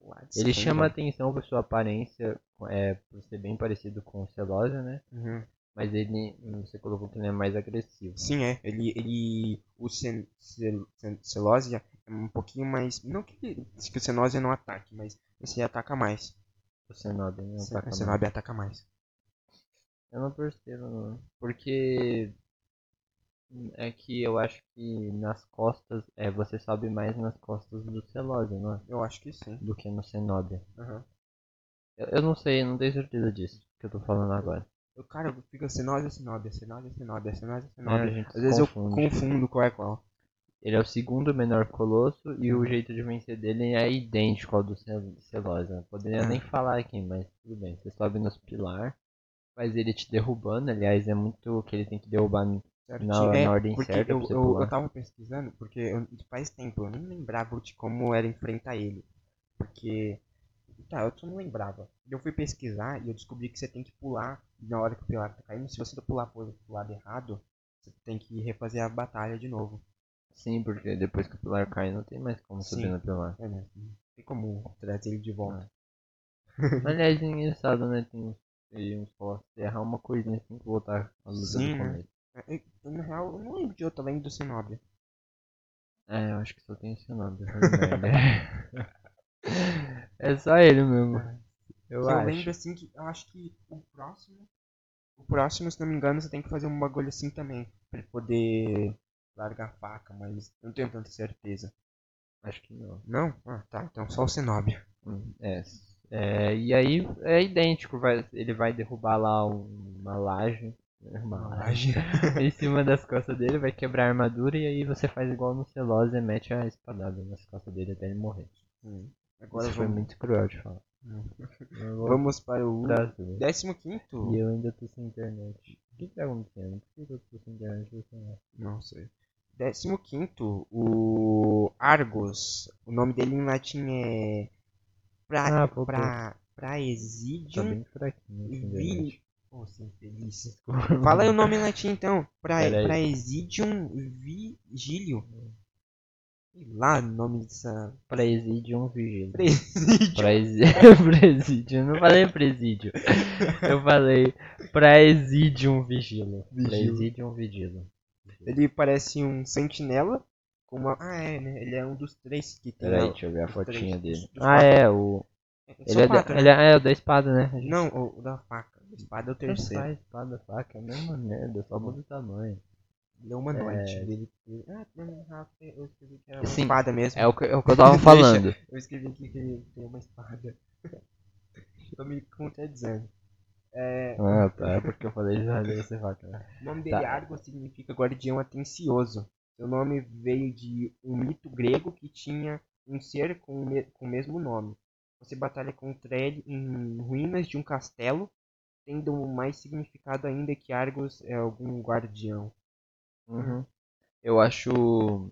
[SPEAKER 2] Lá de
[SPEAKER 1] Ele
[SPEAKER 2] cima,
[SPEAKER 1] chama
[SPEAKER 2] né?
[SPEAKER 1] atenção por sua aparência, é, por ser bem parecido com o Celosia, né?
[SPEAKER 2] Uhum.
[SPEAKER 1] Mas ele, você colocou que ele é mais agressivo.
[SPEAKER 2] Sim, é. Ele. ele o cen, cel, cen- Celósia é um pouquinho mais. Não que, ele- que o Celósia não ataque, mas esse ataca mais.
[SPEAKER 1] O Zenobia, né?
[SPEAKER 2] O
[SPEAKER 1] Ataca mais.
[SPEAKER 2] Cenobia ataca mais.
[SPEAKER 1] Eu não percebo, não. Porque é que eu acho que nas costas, é, você sobe mais nas costas do Celose, não é?
[SPEAKER 2] Eu acho que sim.
[SPEAKER 1] Do que no Cenobia.
[SPEAKER 2] Aham.
[SPEAKER 1] Eu, eu não sei, eu não tenho certeza disso que eu tô falando agora.
[SPEAKER 2] Eu, cara, fica Cenósia, Cenóbia, Cenósia, Cenóbia, Cenósia,
[SPEAKER 1] É, a
[SPEAKER 2] Cenóbia.
[SPEAKER 1] gente
[SPEAKER 2] Às vezes
[SPEAKER 1] confunde.
[SPEAKER 2] eu confundo qual é qual.
[SPEAKER 1] Ele é o segundo menor colosso e o jeito de vencer dele é idêntico ao do Cel- Celose. né? Poderia
[SPEAKER 2] Ah.
[SPEAKER 1] nem falar aqui, mas tudo bem. Você sobe nos pilar, faz ele te derrubando. Aliás, é muito que ele tem que derrubar
[SPEAKER 2] Certo?
[SPEAKER 1] Na-
[SPEAKER 2] É,
[SPEAKER 1] na ordem
[SPEAKER 2] porque
[SPEAKER 1] certa pra
[SPEAKER 2] eu,
[SPEAKER 1] você
[SPEAKER 2] eu,
[SPEAKER 1] pular.
[SPEAKER 2] eu tava pesquisando, porque eu, faz tempo, eu não lembrava de como era enfrentar ele. Porque. Tá, eu só não lembrava. Eu fui pesquisar e eu descobri que você tem que pular na hora que o pilar tá caindo. Se você pular pro pro lado errado, você tem que refazer a batalha de novo.
[SPEAKER 1] Sim, porque depois que o pilar cai, não tem mais como subir
[SPEAKER 2] Sim.
[SPEAKER 1] no pilar.
[SPEAKER 2] É mesmo. Não tem como trazer ele de volta.
[SPEAKER 1] Aliás, é engraçado, né? Tem uns, tem uns postos errar uma coisinha assim que voltar a luta
[SPEAKER 2] Sim,
[SPEAKER 1] do
[SPEAKER 2] né?
[SPEAKER 1] começo.
[SPEAKER 2] É, eu, na real, eu não lembro de outro além do Cenobia.
[SPEAKER 1] É, eu acho que só tem esse nome. essa merda. é só ele mesmo. Eu,
[SPEAKER 2] Eu,
[SPEAKER 1] acho.
[SPEAKER 2] lembro assim que. Eu acho que o próximo. O próximo, se não me engano, você tem que fazer um bagulho assim também. Pra ele poder largar a faca, mas eu não tenho tanta certeza. assim
[SPEAKER 1] Acho que não.
[SPEAKER 2] Não? Ah, tá. Então só o Cenobia.
[SPEAKER 1] Hum, É. É, e aí é idêntico, vai, ele vai derrubar lá um- uma laje. né, Uma laje. em cima das costas dele, vai quebrar a armadura e aí você faz igual no Celose e mete a espadada nas costas dele até ele morrer.
[SPEAKER 2] Hum. Agora
[SPEAKER 1] Isso foi
[SPEAKER 2] vamos,
[SPEAKER 1] muito cruel de falar.
[SPEAKER 2] Hum.
[SPEAKER 1] Eu vou
[SPEAKER 2] vamos para o
[SPEAKER 1] pra Brasil.
[SPEAKER 2] 15
[SPEAKER 1] E
[SPEAKER 2] quinto.
[SPEAKER 1] eu ainda tô sem internet. O que que tá acontecendo? Por que eu tô sem internet? Você tá não-
[SPEAKER 2] Não sei. 15 quinto, o Argos. O nome dele em latim é. Pra,
[SPEAKER 1] Ah, voltou.
[SPEAKER 2] pra,
[SPEAKER 1] Tá
[SPEAKER 2] Praesidium
[SPEAKER 1] bem fraquinho essa internet.
[SPEAKER 2] Vini. Oh, sim, feliz. Fala aí o nome em latim então. Pra,
[SPEAKER 1] Pera aí.
[SPEAKER 2] Praesidium Vigilio. Sei lá o nome dessa.
[SPEAKER 1] Presidium vigília.
[SPEAKER 2] Presídio.
[SPEAKER 1] Presi- um Presídio. Eu não falei presídio. Eu falei um Presidium vigilo.
[SPEAKER 2] Vigilo.
[SPEAKER 1] Presidium vigilo.
[SPEAKER 2] Ele parece um sentinela. Com uma... Ah, é, né? Ele é um dos três que tem.
[SPEAKER 1] Peraí,
[SPEAKER 2] lá.
[SPEAKER 1] deixa eu ver a
[SPEAKER 2] Os
[SPEAKER 1] fotinha
[SPEAKER 2] três.
[SPEAKER 1] dele.
[SPEAKER 2] Os
[SPEAKER 1] Ah,
[SPEAKER 2] quatro.
[SPEAKER 1] é, o.
[SPEAKER 2] São
[SPEAKER 1] Ele é,
[SPEAKER 2] quatro,
[SPEAKER 1] da...
[SPEAKER 2] né?
[SPEAKER 1] ele é é o da espada, né? Gente,
[SPEAKER 2] Não, o, o da faca. A espada é o
[SPEAKER 1] tanto
[SPEAKER 2] terceiro.
[SPEAKER 1] faz espada, faca, é a mesma merda, só muda o tamanho.
[SPEAKER 2] Ele é humanoide.
[SPEAKER 1] É.
[SPEAKER 2] Ele... Ah, não, Rafa, eu escrevi que era uma
[SPEAKER 1] Sim.
[SPEAKER 2] espada mesmo.
[SPEAKER 1] É o que, é o que eu tava falando.
[SPEAKER 2] Eu escrevi aqui que ele tem uma espada. Tô me contradizendo. É,
[SPEAKER 1] Ah, tá, é porque eu falei de você faca. né?
[SPEAKER 2] O nome dele,
[SPEAKER 1] Tá.
[SPEAKER 2] Argos, significa guardião atencioso. Seu nome veio de um mito grego que tinha um ser com, o me- com o mesmo nome. Você batalha contra ele em ruínas de um castelo tendo mais significado ainda que Argos é algum guardião.
[SPEAKER 1] Uhum. Eu acho.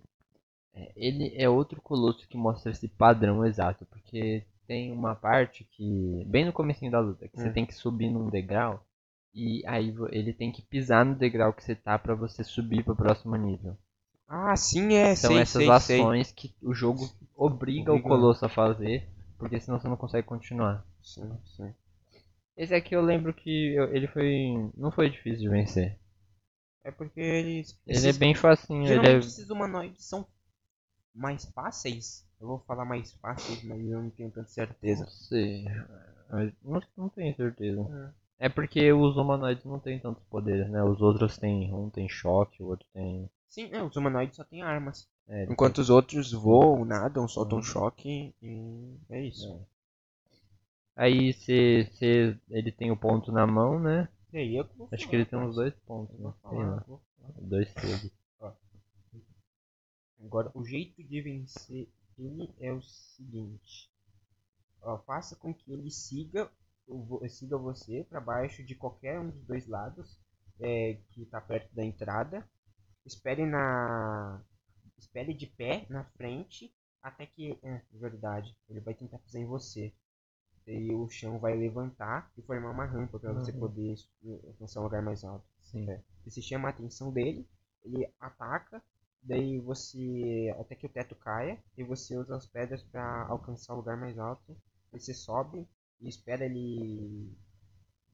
[SPEAKER 1] é, Ele é outro colosso que mostra esse padrão exato, porque tem uma parte que. Bem no comecinho da luta, que você
[SPEAKER 2] Hum.
[SPEAKER 1] tem que subir num degrau. E aí vo- ele tem que pisar no degrau que você tá pra você subir pro próximo nível.
[SPEAKER 2] Ah, sim, é,
[SPEAKER 1] São
[SPEAKER 2] sei,
[SPEAKER 1] essas
[SPEAKER 2] sei,
[SPEAKER 1] ações que o jogo obriga o
[SPEAKER 2] Obriga.
[SPEAKER 1] colosso a fazer, porque senão você não consegue continuar.
[SPEAKER 2] sei. Sim, sim.
[SPEAKER 1] Esse aqui eu lembro que eu- ele foi. não foi difícil de vencer.
[SPEAKER 2] É porque eles...
[SPEAKER 1] Ele é bem facinho, ele é
[SPEAKER 2] Geralmente esses humanoides são mais fáceis. Eu vou falar mais fáceis, mas eu não tenho tanta certeza.
[SPEAKER 1] Não sei. Mas Não, não tenho certeza.
[SPEAKER 2] Hum.
[SPEAKER 1] É porque os humanoides não têm tantos poderes, né? Os outros têm. Um tem choque, o outro tem.
[SPEAKER 2] Sim, é, os humanoides só têm armas.
[SPEAKER 1] É, ele
[SPEAKER 2] Enquanto os outros voam, nadam, soltam
[SPEAKER 1] Hum.
[SPEAKER 2] choque e é isso.
[SPEAKER 1] Aí cê, cê, ele tem o ponto na mão, né?
[SPEAKER 2] E aí eu vou
[SPEAKER 1] Acho
[SPEAKER 2] falar,
[SPEAKER 1] que ele tem
[SPEAKER 2] cara.
[SPEAKER 1] uns dois pontos,
[SPEAKER 2] Eu
[SPEAKER 1] né?
[SPEAKER 2] vou
[SPEAKER 1] Sei
[SPEAKER 2] falar,
[SPEAKER 1] lá.
[SPEAKER 2] eu vou falar.
[SPEAKER 1] Dois dedos.
[SPEAKER 2] Agora, o jeito de vencer ele é o seguinte: Ó, faça com que ele siga, o vo- siga você para baixo de qualquer um dos dois lados é, que está perto da entrada. Espere na, espere de pé na frente até que, é, verdade, ele vai tentar pisar em você. Daí o chão vai levantar e formar uma rampa para você
[SPEAKER 1] Uhum.
[SPEAKER 2] poder eh, alcançar um lugar mais alto.
[SPEAKER 1] Sim.
[SPEAKER 2] Você chama a atenção dele, ele ataca, daí você. até que o teto caia, e você usa as pedras para alcançar o lugar mais alto. Daí você sobe e espera ele.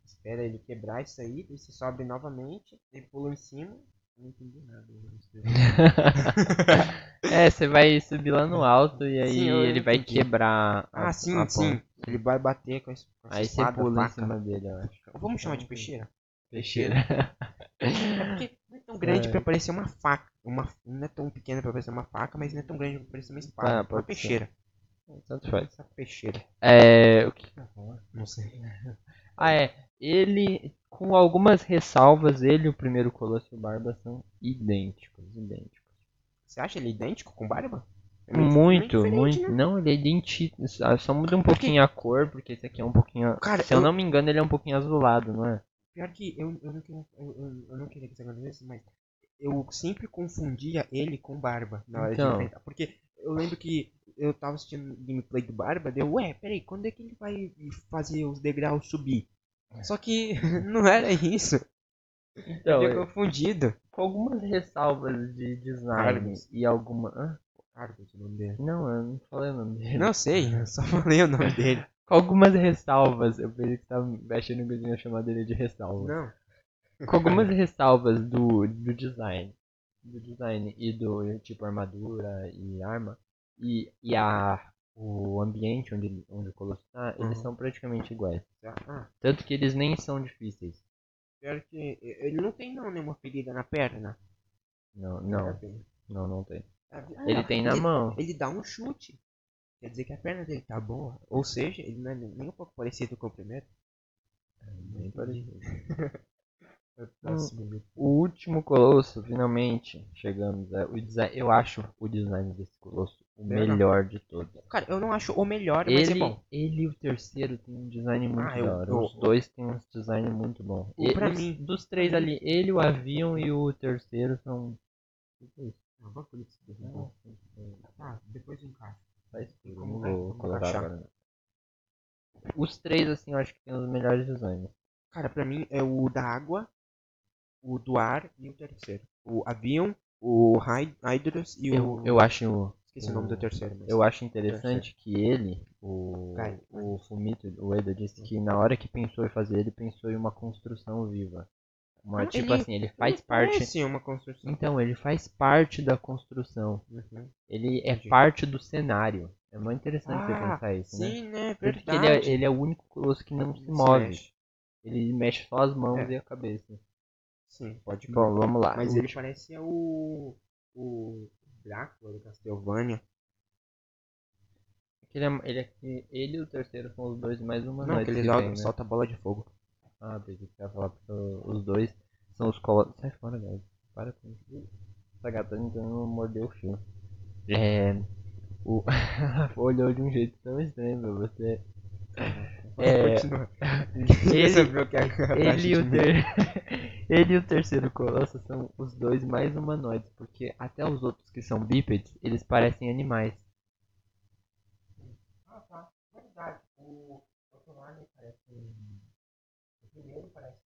[SPEAKER 2] espera ele quebrar isso aí, daí você sobe novamente, e pula em cima. Eu não entendi nada. eu não sei.
[SPEAKER 1] é, você vai subir lá no alto e aí
[SPEAKER 2] Sim, eu
[SPEAKER 1] ele vai
[SPEAKER 2] entendi.
[SPEAKER 1] quebrar a,
[SPEAKER 2] Ah, sim,
[SPEAKER 1] a
[SPEAKER 2] sim.
[SPEAKER 1] ponta.
[SPEAKER 2] Ele vai bater com a es- com a
[SPEAKER 1] Aí você
[SPEAKER 2] espada,
[SPEAKER 1] pula em
[SPEAKER 2] faca.
[SPEAKER 1] cima dele, eu acho.
[SPEAKER 2] Vamos chamar de peixeira?
[SPEAKER 1] Peixeira.
[SPEAKER 2] Porque não é tão grande
[SPEAKER 1] É.
[SPEAKER 2] pra parecer uma faca. Uma, não é tão pequena pra parecer uma faca, mas não é tão grande pra parecer uma
[SPEAKER 1] Ah,
[SPEAKER 2] espada. É Uma
[SPEAKER 1] pode ser.
[SPEAKER 2] peixeira.
[SPEAKER 1] Tanto faz.
[SPEAKER 2] Essa peixeira.
[SPEAKER 1] É, o que
[SPEAKER 2] Não sei.
[SPEAKER 1] Ah, é. Ele, com algumas ressalvas, ele e o primeiro Colosso e o Barba são idênticos, idênticos.
[SPEAKER 2] Você acha ele idêntico com barba? É meio-
[SPEAKER 1] Muito,
[SPEAKER 2] meio diferente,
[SPEAKER 1] muito.
[SPEAKER 2] né?
[SPEAKER 1] Não, ele é idêntico. Só só muda um pouquinho a cor, porque esse aqui é um pouquinho.
[SPEAKER 2] Cara,
[SPEAKER 1] se eu,
[SPEAKER 2] eu-
[SPEAKER 1] não me engano, ele é um pouquinho azulado, não é?
[SPEAKER 2] Pior que eu, eu, não, queria, eu, eu- eu não queria que isso acontecesse, mas eu sempre confundia ele com barba na hora
[SPEAKER 1] Então.
[SPEAKER 2] de enfrentar. Porque eu lembro que eu tava assistindo gameplay do barba, deu, ué, peraí, quando é que ele vai fazer os degraus subir? Só que não era isso.
[SPEAKER 1] Então,
[SPEAKER 2] ele é confundido.
[SPEAKER 1] com algumas ressalvas de design
[SPEAKER 2] Argos.
[SPEAKER 1] e alguma. Hã?
[SPEAKER 2] Argus, o nome dele.
[SPEAKER 1] Não, eu não falei o nome dele.
[SPEAKER 2] Não sei, eu só falei o nome dele.
[SPEAKER 1] Com algumas ressalvas, eu pensei que você tava achando que eu tinha chamado ele de ressalva.
[SPEAKER 2] Não.
[SPEAKER 1] com algumas ressalvas do, do design do design e do tipo armadura e arma e, e a o ambiente onde ele- onde o colosso tá,
[SPEAKER 2] Uhum.
[SPEAKER 1] eles são praticamente iguais
[SPEAKER 2] Ah,
[SPEAKER 1] tanto que eles nem são difíceis
[SPEAKER 2] pior que ele não tem não nenhuma ferida na perna.
[SPEAKER 1] não
[SPEAKER 2] Tá
[SPEAKER 1] não não não tem
[SPEAKER 2] Ah,
[SPEAKER 1] ele tem na
[SPEAKER 2] É. ele-
[SPEAKER 1] mão
[SPEAKER 2] Ele dá um chute. Quer dizer que a perna dele tá boa. Ou seja, ele não é nem nem um pouco parecido com o primeiro.
[SPEAKER 1] bem parecido.
[SPEAKER 2] é Próximo grupo.
[SPEAKER 1] o último colosso finalmente chegamos a, o design eu acho o design desse colosso o
[SPEAKER 2] Não, não.
[SPEAKER 1] melhor de todos
[SPEAKER 2] Cara, eu não acho o melhor, mas
[SPEAKER 1] ele,
[SPEAKER 2] é bom.
[SPEAKER 1] ele e o terceiro tem um design muito
[SPEAKER 2] Ah, eu-
[SPEAKER 1] da hora.
[SPEAKER 2] eu-
[SPEAKER 1] Os dois têm um design muito bom.
[SPEAKER 2] O-
[SPEAKER 1] E-
[SPEAKER 2] pra
[SPEAKER 1] os-
[SPEAKER 2] mim-
[SPEAKER 1] Dos três ali, ele, o avião e o terceiro são.
[SPEAKER 2] é Ah, depois encaixa.
[SPEAKER 1] Tá escuro,
[SPEAKER 2] Como
[SPEAKER 1] não
[SPEAKER 2] vai-
[SPEAKER 1] vou
[SPEAKER 2] como
[SPEAKER 1] colocar
[SPEAKER 2] achar?
[SPEAKER 1] agora. não. Os três, assim, eu acho que tem os melhores designs.
[SPEAKER 2] Cara, pra mim é o da água, o do ar e o terceiro. O avião, o Hy- Hydros e
[SPEAKER 1] Eu,
[SPEAKER 2] o.
[SPEAKER 1] eu acho.
[SPEAKER 2] Esqueci o nome do terceiro. Mas...
[SPEAKER 1] Eu acho interessante que ele, o,
[SPEAKER 2] Vai.
[SPEAKER 1] o Fumito, o Eda, disse que na hora que pensou em fazer ele, pensou em uma construção viva. Uma,
[SPEAKER 2] Ah,
[SPEAKER 1] tipo
[SPEAKER 2] ele-
[SPEAKER 1] assim, ele faz
[SPEAKER 2] Não
[SPEAKER 1] parte.
[SPEAKER 2] parece é um uma construção.
[SPEAKER 1] Então, ele faz parte da construção.
[SPEAKER 2] Uhum.
[SPEAKER 1] Ele é
[SPEAKER 2] Entendi.
[SPEAKER 1] parte do cenário. É muito interessante você
[SPEAKER 2] Ah,
[SPEAKER 1] pensar isso, né?
[SPEAKER 2] Sim, né?
[SPEAKER 1] Tanto que ele
[SPEAKER 2] Verdade.
[SPEAKER 1] é, ele é o único colosso que não se
[SPEAKER 2] Se
[SPEAKER 1] move.
[SPEAKER 2] mexe.
[SPEAKER 1] Ele mexe só as mãos
[SPEAKER 2] É.
[SPEAKER 1] e a cabeça.
[SPEAKER 2] Sim, pode crer.
[SPEAKER 1] Bom, vamos lá.
[SPEAKER 2] Mas
[SPEAKER 1] Ah, O
[SPEAKER 2] ele parecia o. o Drácula do Castlevania.
[SPEAKER 1] Ele, é, ele, é- ele e o terceiro são os dois mais
[SPEAKER 2] Não,
[SPEAKER 1] humanoides
[SPEAKER 2] que ele
[SPEAKER 1] que
[SPEAKER 2] joga,
[SPEAKER 1] tem, né?
[SPEAKER 2] solta bola de fogo.
[SPEAKER 1] Ah, pensei que você ia falar porque o- os dois são os colossos. Sai fora, velho. Para com isso. Essa gata tentando morder o fio. É. O... Olhou de um jeito tão estranho, meu. Você. É.
[SPEAKER 2] Continua.
[SPEAKER 1] Ele-
[SPEAKER 2] Ninguém sabia o que é a
[SPEAKER 1] Ele
[SPEAKER 2] catástrofe
[SPEAKER 1] e, o
[SPEAKER 2] de
[SPEAKER 1] ter- ele e o terceiro colosso são os dois mais humanoides, porque até os outros que são bípedes, eles parecem animais.
[SPEAKER 2] Ah, tá. Verdade. O Otomani parece um. O primeiro parece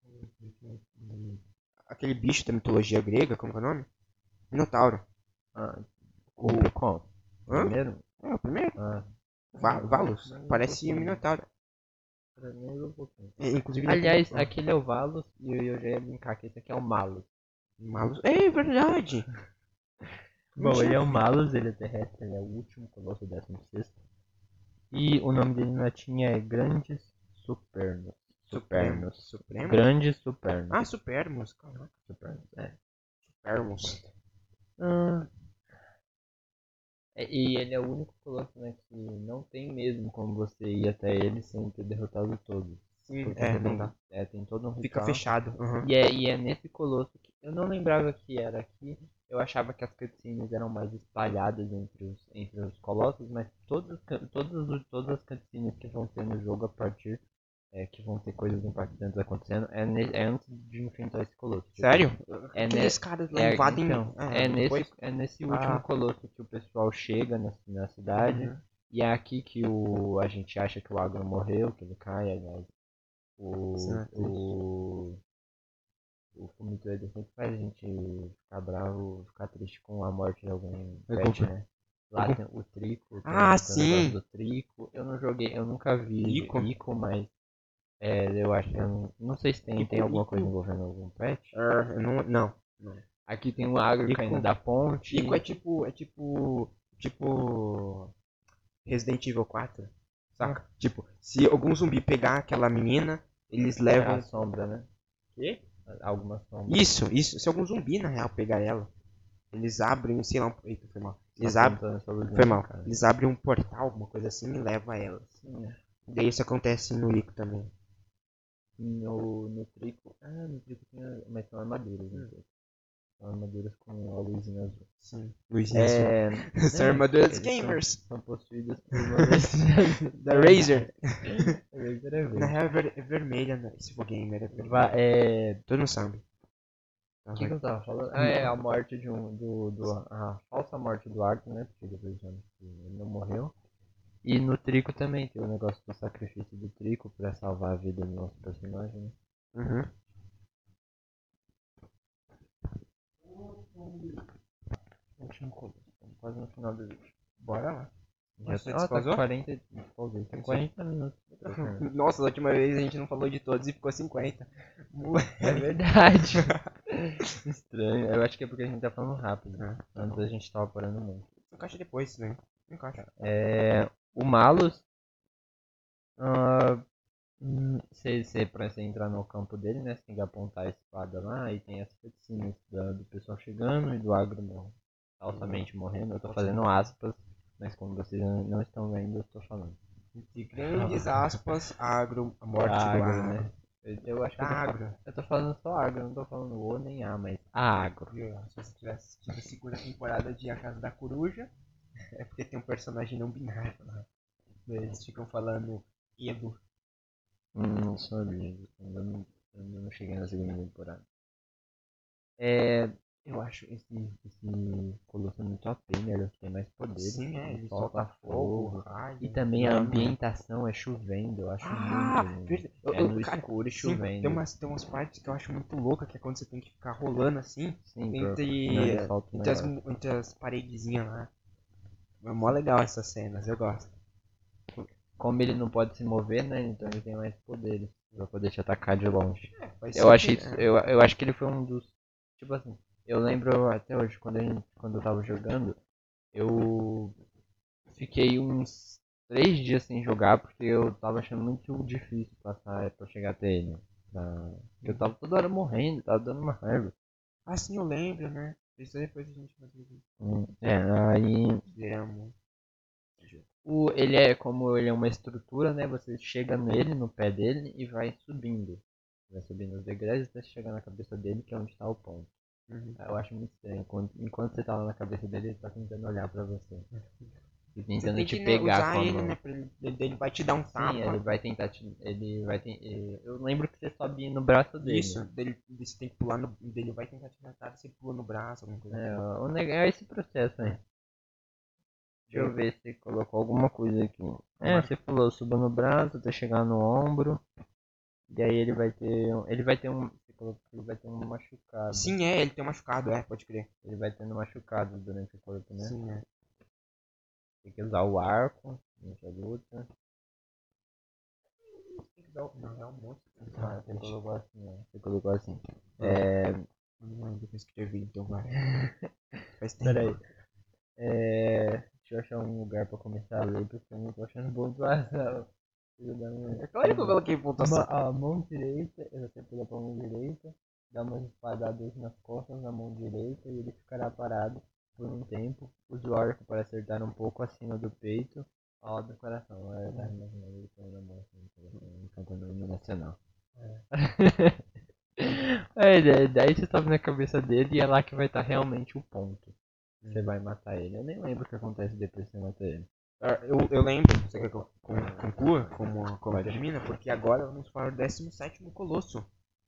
[SPEAKER 2] um. Aquele bicho da mitologia grega, como que é o nome? Minotauro.
[SPEAKER 1] Ah,
[SPEAKER 2] O.
[SPEAKER 1] o qual?
[SPEAKER 2] Hã?
[SPEAKER 1] Primeiro?
[SPEAKER 2] É, o primeiro.
[SPEAKER 1] Ah.
[SPEAKER 2] Va Valus. Parece um Minotauro. É, inclusive. ele é
[SPEAKER 1] Aliás,
[SPEAKER 2] bonito.
[SPEAKER 1] aquele é o Valus e eu já ia brincar que esse aqui é o Malus.
[SPEAKER 2] Malus. É verdade!
[SPEAKER 1] Bom, ele é o Malus, ele é terrestre, ele é o último colosso, o décimo sexto. E o nome dele na tinha é Grandes Supernos.
[SPEAKER 2] Supremos. Supremos?
[SPEAKER 1] Grandes Supernos.
[SPEAKER 2] Ah, Supermos. Caraca,
[SPEAKER 1] Supernos, é.
[SPEAKER 2] Supermos.
[SPEAKER 1] Ah. E e ele é o único colosso né, que não tem mesmo como você ir até ele sem ter derrotado todos.
[SPEAKER 2] Sim,
[SPEAKER 1] Porque
[SPEAKER 2] é,
[SPEAKER 1] você
[SPEAKER 2] não
[SPEAKER 1] tem-
[SPEAKER 2] dá.
[SPEAKER 1] É, tem todo um
[SPEAKER 2] Fica
[SPEAKER 1] ritual.
[SPEAKER 2] fechado. aham.
[SPEAKER 1] E é, e é nesse colosso que eu não lembrava que era aqui. Eu achava que as cutscenes eram mais espalhadas entre os, entre os colossos, mas todas, as can- todas, os- todas as cutscenes que vão ter no jogo a partir, é, que vão ter coisas impactantes acontecendo, é, ne- é antes de enfrentar esse colosso. Tipo,
[SPEAKER 2] Sério?
[SPEAKER 1] É, ne-
[SPEAKER 2] Aqueles caras lá
[SPEAKER 1] é,
[SPEAKER 2] invadem.
[SPEAKER 1] então,
[SPEAKER 2] Ah,
[SPEAKER 1] é,
[SPEAKER 2] depois-
[SPEAKER 1] nesse, é nesse último
[SPEAKER 2] Ah.
[SPEAKER 1] colosso que o pessoal chega na, na cidade.
[SPEAKER 2] Uhum.
[SPEAKER 1] E é aqui que o, a gente acha que o Agro morreu, que ele cai, aliás. O.
[SPEAKER 2] Certo.
[SPEAKER 1] O. O Fumito ele sempre faz a gente ficar bravo, ficar triste com a morte de algum
[SPEAKER 2] Eu
[SPEAKER 1] pet,
[SPEAKER 2] compre-
[SPEAKER 1] né? Lá tem o Trico. tem
[SPEAKER 2] Ah,
[SPEAKER 1] o negócio
[SPEAKER 2] sim.
[SPEAKER 1] Do trico. Eu não joguei, eu nunca vi
[SPEAKER 2] Ico?
[SPEAKER 1] Ico, mas. é, eu acho que. eu não, não sei se tem,
[SPEAKER 2] Ico,
[SPEAKER 1] tem alguma
[SPEAKER 2] Ico.
[SPEAKER 1] coisa envolvendo algum pet.
[SPEAKER 2] Ah, não, não.
[SPEAKER 1] Aqui tem um agro
[SPEAKER 2] Ico.
[SPEAKER 1] caindo da ponte.
[SPEAKER 2] Ico é tipo. É tipo. Tipo. Resident Evil 4. Saca? Tipo, se algum zumbi pegar aquela menina, eles
[SPEAKER 1] leva
[SPEAKER 2] levam.
[SPEAKER 1] a sombra, né?
[SPEAKER 2] Tá Quê?
[SPEAKER 1] Alguma sombra.
[SPEAKER 2] Isso, isso. Se algum zumbi, na real, pegar ela, eles abrem, sei lá, um. Eita, foi mal. Eles
[SPEAKER 1] Tá
[SPEAKER 2] abrem.
[SPEAKER 1] apontando essa luzinha,
[SPEAKER 2] Foi mal.
[SPEAKER 1] cara. é.
[SPEAKER 2] Eles abrem um portal, alguma coisa assim, e levam elas. Daí isso acontece no Ico também.
[SPEAKER 1] No, no trico. Ah, no trico tem. a- Mas são armaduras, né?
[SPEAKER 2] Hum.
[SPEAKER 1] São armaduras com a luzinha azul.
[SPEAKER 2] Sim. Luizinho. É...
[SPEAKER 1] É.
[SPEAKER 2] São
[SPEAKER 1] é,
[SPEAKER 2] armaduras
[SPEAKER 1] eles são-
[SPEAKER 2] gamers.
[SPEAKER 1] São possuídas por uma luz-
[SPEAKER 2] Da Razer.
[SPEAKER 1] A Razer é
[SPEAKER 2] Na
[SPEAKER 1] verde.
[SPEAKER 2] real é, ver- é vermelha, né? Se for gamer, é vermelha.
[SPEAKER 1] Va- é,
[SPEAKER 2] Todo mundo sabe. Tá,
[SPEAKER 1] O que, que
[SPEAKER 2] vai.
[SPEAKER 1] eu tava falando? Ah, é a morte de um. Do, do, a falsa morte do Arthur, né? Porque depois de anos que ele não morreu. E no Trico também, tem o negócio do sacrifício do Trico pra salvar a vida do nosso personagem, né?
[SPEAKER 2] Uhum.
[SPEAKER 1] Último colosso. Estamos um então, quase no final do vídeo. Bora Tá lá. Já
[SPEAKER 2] Nossa,
[SPEAKER 1] tá, ah, tá
[SPEAKER 2] despausou?
[SPEAKER 1] 40, despausei. Tem 40 minutos.
[SPEAKER 2] Nossa, da última vez a gente não falou de todos e ficou 50. Moleque.
[SPEAKER 1] É verdade. Estranho. Eu acho que é porque a gente tá falando rápido.
[SPEAKER 2] Ah,
[SPEAKER 1] Antes a gente tava parando muito.
[SPEAKER 2] Encaixa depois, né? Encaixa.
[SPEAKER 1] É, o Malus. ah, hum, Você você- pra você entrar no campo dele, né? Você tem que apontar a espada lá e tem as cutscenes da- do pessoal chegando e do agro não, altamente morrendo. Eu tô fazendo aspas, mas como vocês não não estão vendo, eu tô falando.
[SPEAKER 2] De grandes aspas, agro, a morte do
[SPEAKER 1] Agro,
[SPEAKER 2] agro. Tá,
[SPEAKER 1] né? Eu, eu acho que eu tô
[SPEAKER 2] Agro.
[SPEAKER 1] Eu tô falando só agro, não tô falando o nem a, mas a agro.
[SPEAKER 2] Viu? Se você tivesse assistido a segunda temporada de A Casa da Coruja, é porque tem um personagem não binário lá. Eles ficam falando Edo.
[SPEAKER 1] Não sabia, eu não, eu não cheguei na segunda temporada. É, eu acho esse, esse colosso muito a pena, ele é tem mais poder. né?
[SPEAKER 2] Sim, é, ele solta fogo, raio. né?
[SPEAKER 1] E também a
[SPEAKER 2] lama.
[SPEAKER 1] ambientação é chovendo, eu acho
[SPEAKER 2] Ah,
[SPEAKER 1] muito. lindo.
[SPEAKER 2] verdade. Eu,
[SPEAKER 1] É
[SPEAKER 2] eu,
[SPEAKER 1] no
[SPEAKER 2] cara,
[SPEAKER 1] escuro e
[SPEAKER 2] sim,
[SPEAKER 1] chovendo.
[SPEAKER 2] Tem umas, tem umas partes que eu acho muito louca, que é quando você tem que ficar rolando assim,
[SPEAKER 1] Sim, pra- né? não,
[SPEAKER 2] entre, então
[SPEAKER 1] ele solta o
[SPEAKER 2] entre, as,
[SPEAKER 1] negócio.
[SPEAKER 2] mu- entre as paredezinhas lá. É mó legal essas cenas, eu gosto.
[SPEAKER 1] Como ele não pode se mover, né? Então ele tem mais poderes pra poder te atacar de longe.
[SPEAKER 2] Faz
[SPEAKER 1] Eu achei,
[SPEAKER 2] sentido,
[SPEAKER 1] isso-
[SPEAKER 2] né?
[SPEAKER 1] eu, eu acho que ele foi um dos, tipo assim, eu lembro até hoje quando a gente- quando eu tava jogando, eu fiquei uns três dias sem jogar porque eu tava achando muito difícil passar é, pra chegar até ele. pra- Eu tava toda hora morrendo, tava dando uma raiva.
[SPEAKER 2] Ah, sim, eu lembro, né? Isso aí depois a gente vai ver o
[SPEAKER 1] Hum, É, aí
[SPEAKER 2] que fizemos.
[SPEAKER 1] o, ele é como ele é uma estrutura, né? Você chega nele, no pé dele e vai subindo. Vai subindo os degraus até chegar na cabeça dele, que é onde tá o ponto.
[SPEAKER 2] Uhum.
[SPEAKER 1] Eu acho muito estranho. Enquanto, enquanto você tá lá na cabeça dele, ele tá tentando olhar pra você. Ele
[SPEAKER 2] Você
[SPEAKER 1] tentando
[SPEAKER 2] tem
[SPEAKER 1] te
[SPEAKER 2] que, né,
[SPEAKER 1] pegar
[SPEAKER 2] usar
[SPEAKER 1] quando.
[SPEAKER 2] ele, né? pra ele, ele ele vai te dar um tapa.
[SPEAKER 1] Sim, é ele vai tentar te. Ele vai ten- eh, Eu lembro que você sobe no braço dele.
[SPEAKER 2] Isso, dele, você tem que pular no. Ele vai tentar te matar, você pula no braço, alguma coisa.
[SPEAKER 1] É, o neg- é esse processo aí. Deixa eu ver se colocou alguma coisa aqui. É, você falou, suba no braço até chegar no ombro. E aí ele vai ter. um- Ele vai ter um. Você colocou que ele vai ter um machucado.
[SPEAKER 2] Sim, é, ele tem um machucado, é, pode crer.
[SPEAKER 1] Ele vai tendo machucado durante o corpo, né?
[SPEAKER 2] Sim, é.
[SPEAKER 1] Tem que usar o arco durante a luta.
[SPEAKER 2] Tem que dar um- Não, é um monte de
[SPEAKER 1] Ah,
[SPEAKER 2] coisa.
[SPEAKER 1] você colocou assim, ó. Você colocou assim.
[SPEAKER 2] Não lembro que eu escrevi, então vai. Faz tempo.
[SPEAKER 1] Peraí. É... Deixa eu achar um lugar pra começar a ler, porque eu não tô achando pontuação. Filho da mãe.
[SPEAKER 2] É claro que eu coloquei pontuação.
[SPEAKER 1] Ma- a mão direita, ele você pula pra mão direita, dá umas espadadas nas costas na mão direita e ele ficará parado por um tempo. Use o arco para acertar um pouco acima do peito, ao lado do coração. É, tá imaginando ele pondo a mão assim, no coração, cantando o hino nacional. É, da- daí você sobe na cabeça dele e é lá que vai estar realmente o ponto. Você vai matar ele. Eu nem lembro o que acontece depois que você mata ele.
[SPEAKER 2] Ah, Eu, eu lembro, você quer que eu con- conclua como, como termina? Porque agora vamos para o 17 Colosso.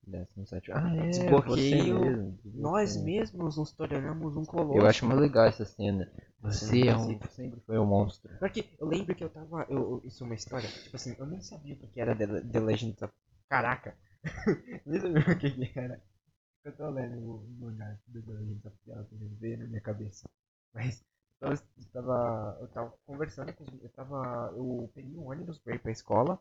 [SPEAKER 1] 17. Ah, é,
[SPEAKER 2] Desbloqueio.
[SPEAKER 1] você mesmo.
[SPEAKER 2] Nós
[SPEAKER 1] Você.
[SPEAKER 2] mesmos nos tornamos um colosso.
[SPEAKER 1] Eu acho muito legal essa cena. Você
[SPEAKER 2] Sim,
[SPEAKER 1] é um, sempre foi um monstro.
[SPEAKER 2] Pior que eu lembro que eu tava. Eu, eu- isso é uma história. Tipo assim, eu nem sabia o que que era The, The Legend of. Caraca! nem sabia o que que era. Eu tô lendo o mangá do The Legend of Caraca, veio na minha cabeça. Mas eu tava, eu tava. Eu tava conversando com os. Eu tava. Eu peguei um ônibus pra ir pra escola.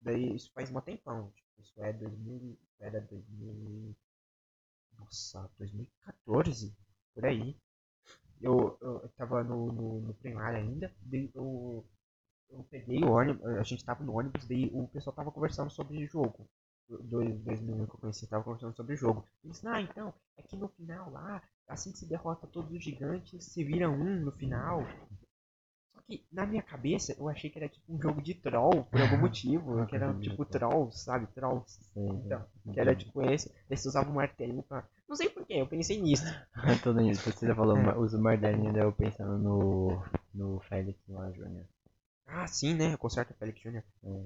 [SPEAKER 2] Daí isso faz um tempão. Tipo, isso é 2000. Era 2000. Nossa, 2014? Por aí eu, eu eu tava no, no, no primário ainda, daí eu, eu peguei o ônibus, a gente tava no ônibus, daí o pessoal tava conversando sobre jogo. Do- Dois, dois meninos que eu conheci tava conversando sobre jogo. Eles, ah, então, é que no final lá, assim que se derrota todos os gigantes, se vira um no final. Só que na minha cabeça eu achei que era tipo um jogo de troll, por algum motivo. Que era tipo troll, sabe? Trolls.
[SPEAKER 1] assim.
[SPEAKER 2] Então,
[SPEAKER 1] Uhum.
[SPEAKER 2] que era tipo esse. Eles usavam um martelinho pra. Não sei porquê, eu pensei nisso.
[SPEAKER 1] Tudo isso. Você já
[SPEAKER 2] É.
[SPEAKER 1] falou, ma- usa o Mardelinho, daí eu pensando no, no Félix lá, Júnior.
[SPEAKER 2] Ah, sim, né? Conserta Félix Jr.
[SPEAKER 1] É.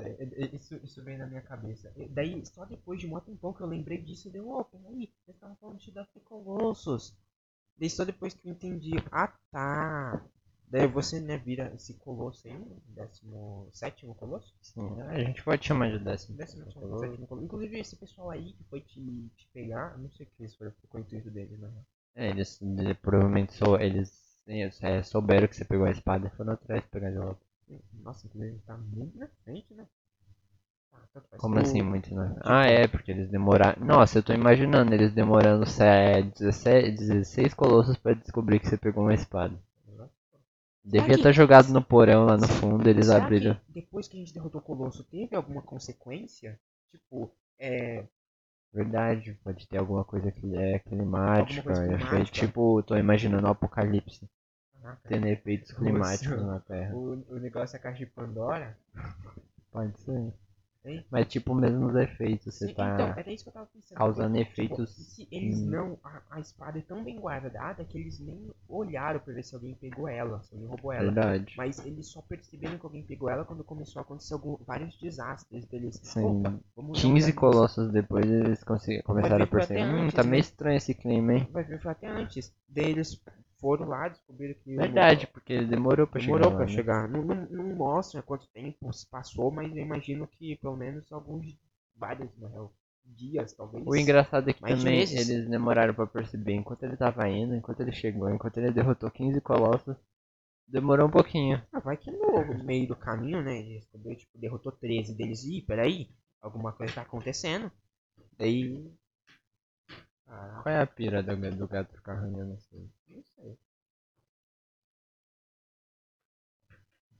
[SPEAKER 2] É, é, é, Isso, isso veio na minha cabeça. E Daí, só depois de um tempão que eu lembrei disso, deu, ô, peraí, vocês estavam falando de Davi Colossos. Daí só depois que eu entendi, ah tá. Daí você, né, vira esse colosso aí, né? décimo sétimo colosso?
[SPEAKER 1] Sim, a gente pode chamar de décimo.
[SPEAKER 2] Décimo sétimo,
[SPEAKER 1] Falou.
[SPEAKER 2] sétimo é colosso. Inclusive esse pessoal aí que foi te, te pegar, eu não sei o que isso foi, ficou o intuito dele, né?
[SPEAKER 1] É, eles de- provavelmente sou, eles é, souberam que você pegou a espada e foram atrás pegar de volta.
[SPEAKER 2] Nossa, inclusive ele tá muito na frente, né? Ah, tanto faz.
[SPEAKER 1] Como
[SPEAKER 2] O-
[SPEAKER 1] assim, muito não? Ah, é, porque eles demoraram. Nossa, eu tô imaginando eles demorando é, 17, 16 colossos pra descobrir que você pegou uma espada. Devia
[SPEAKER 2] que-
[SPEAKER 1] estar jogado no porão lá no fundo, eles
[SPEAKER 2] Será
[SPEAKER 1] abriram.
[SPEAKER 2] que depois que a gente derrotou o Colosso, teve alguma consequência? Tipo, é.
[SPEAKER 1] Verdade, pode ter alguma coisa que é climática.
[SPEAKER 2] Alguma coisa
[SPEAKER 1] eu achei,
[SPEAKER 2] climática.
[SPEAKER 1] tipo, tô imaginando o apocalipse
[SPEAKER 2] Caraca,
[SPEAKER 1] tendo efeitos climáticos na Terra.
[SPEAKER 2] o, o negócio é a caixa de Pandora?
[SPEAKER 1] Pode ser.
[SPEAKER 2] Hein?
[SPEAKER 1] Mas tipo, mesmo os efeitos, você
[SPEAKER 2] Sim,
[SPEAKER 1] tá
[SPEAKER 2] Então, era isso que eu tava pensando.
[SPEAKER 1] causando
[SPEAKER 2] Tipo,
[SPEAKER 1] efeitos.
[SPEAKER 2] se eles
[SPEAKER 1] hum.
[SPEAKER 2] não. A, a espada é tão bem guardada que eles nem olharam pra ver se alguém pegou ela, se alguém roubou ela.
[SPEAKER 1] Verdade.
[SPEAKER 2] Mas eles só perceberam que alguém pegou ela quando começou a acontecer algum, vários desastres deles.
[SPEAKER 1] Sim.
[SPEAKER 2] Opa, vamos olhar
[SPEAKER 1] 15
[SPEAKER 2] pra-
[SPEAKER 1] colossos depois eles conse- começaram a
[SPEAKER 2] foi até
[SPEAKER 1] perceber. Hum,
[SPEAKER 2] antes,
[SPEAKER 1] tá
[SPEAKER 2] né?"
[SPEAKER 1] meio estranho esse clima, hein?
[SPEAKER 2] Vai ver foi até antes. Daí eles foram lá, descobriram que. o-
[SPEAKER 1] Verdade, porque demorou pra chegar.
[SPEAKER 2] Demorou
[SPEAKER 1] lá,
[SPEAKER 2] pra
[SPEAKER 1] né?
[SPEAKER 2] chegar. Não, não, não mostra quanto tempo se passou, mas eu imagino que pelo menos alguns vários, na real, dias, talvez.
[SPEAKER 1] O engraçado é que
[SPEAKER 2] Mais
[SPEAKER 1] também
[SPEAKER 2] meses.
[SPEAKER 1] eles demoraram pra perceber. Enquanto ele tava indo, enquanto ele chegou, enquanto ele derrotou 15 colossos, demorou um pouquinho.
[SPEAKER 2] Ah, vai que no meio do caminho, né? Ele descobriu, tipo, derrotou 13 deles. Ih, peraí, alguma coisa tá acontecendo. Daí. ah, Caraca,
[SPEAKER 1] Qual é a pira do, do gato ficar arranhando assim?
[SPEAKER 2] não sei.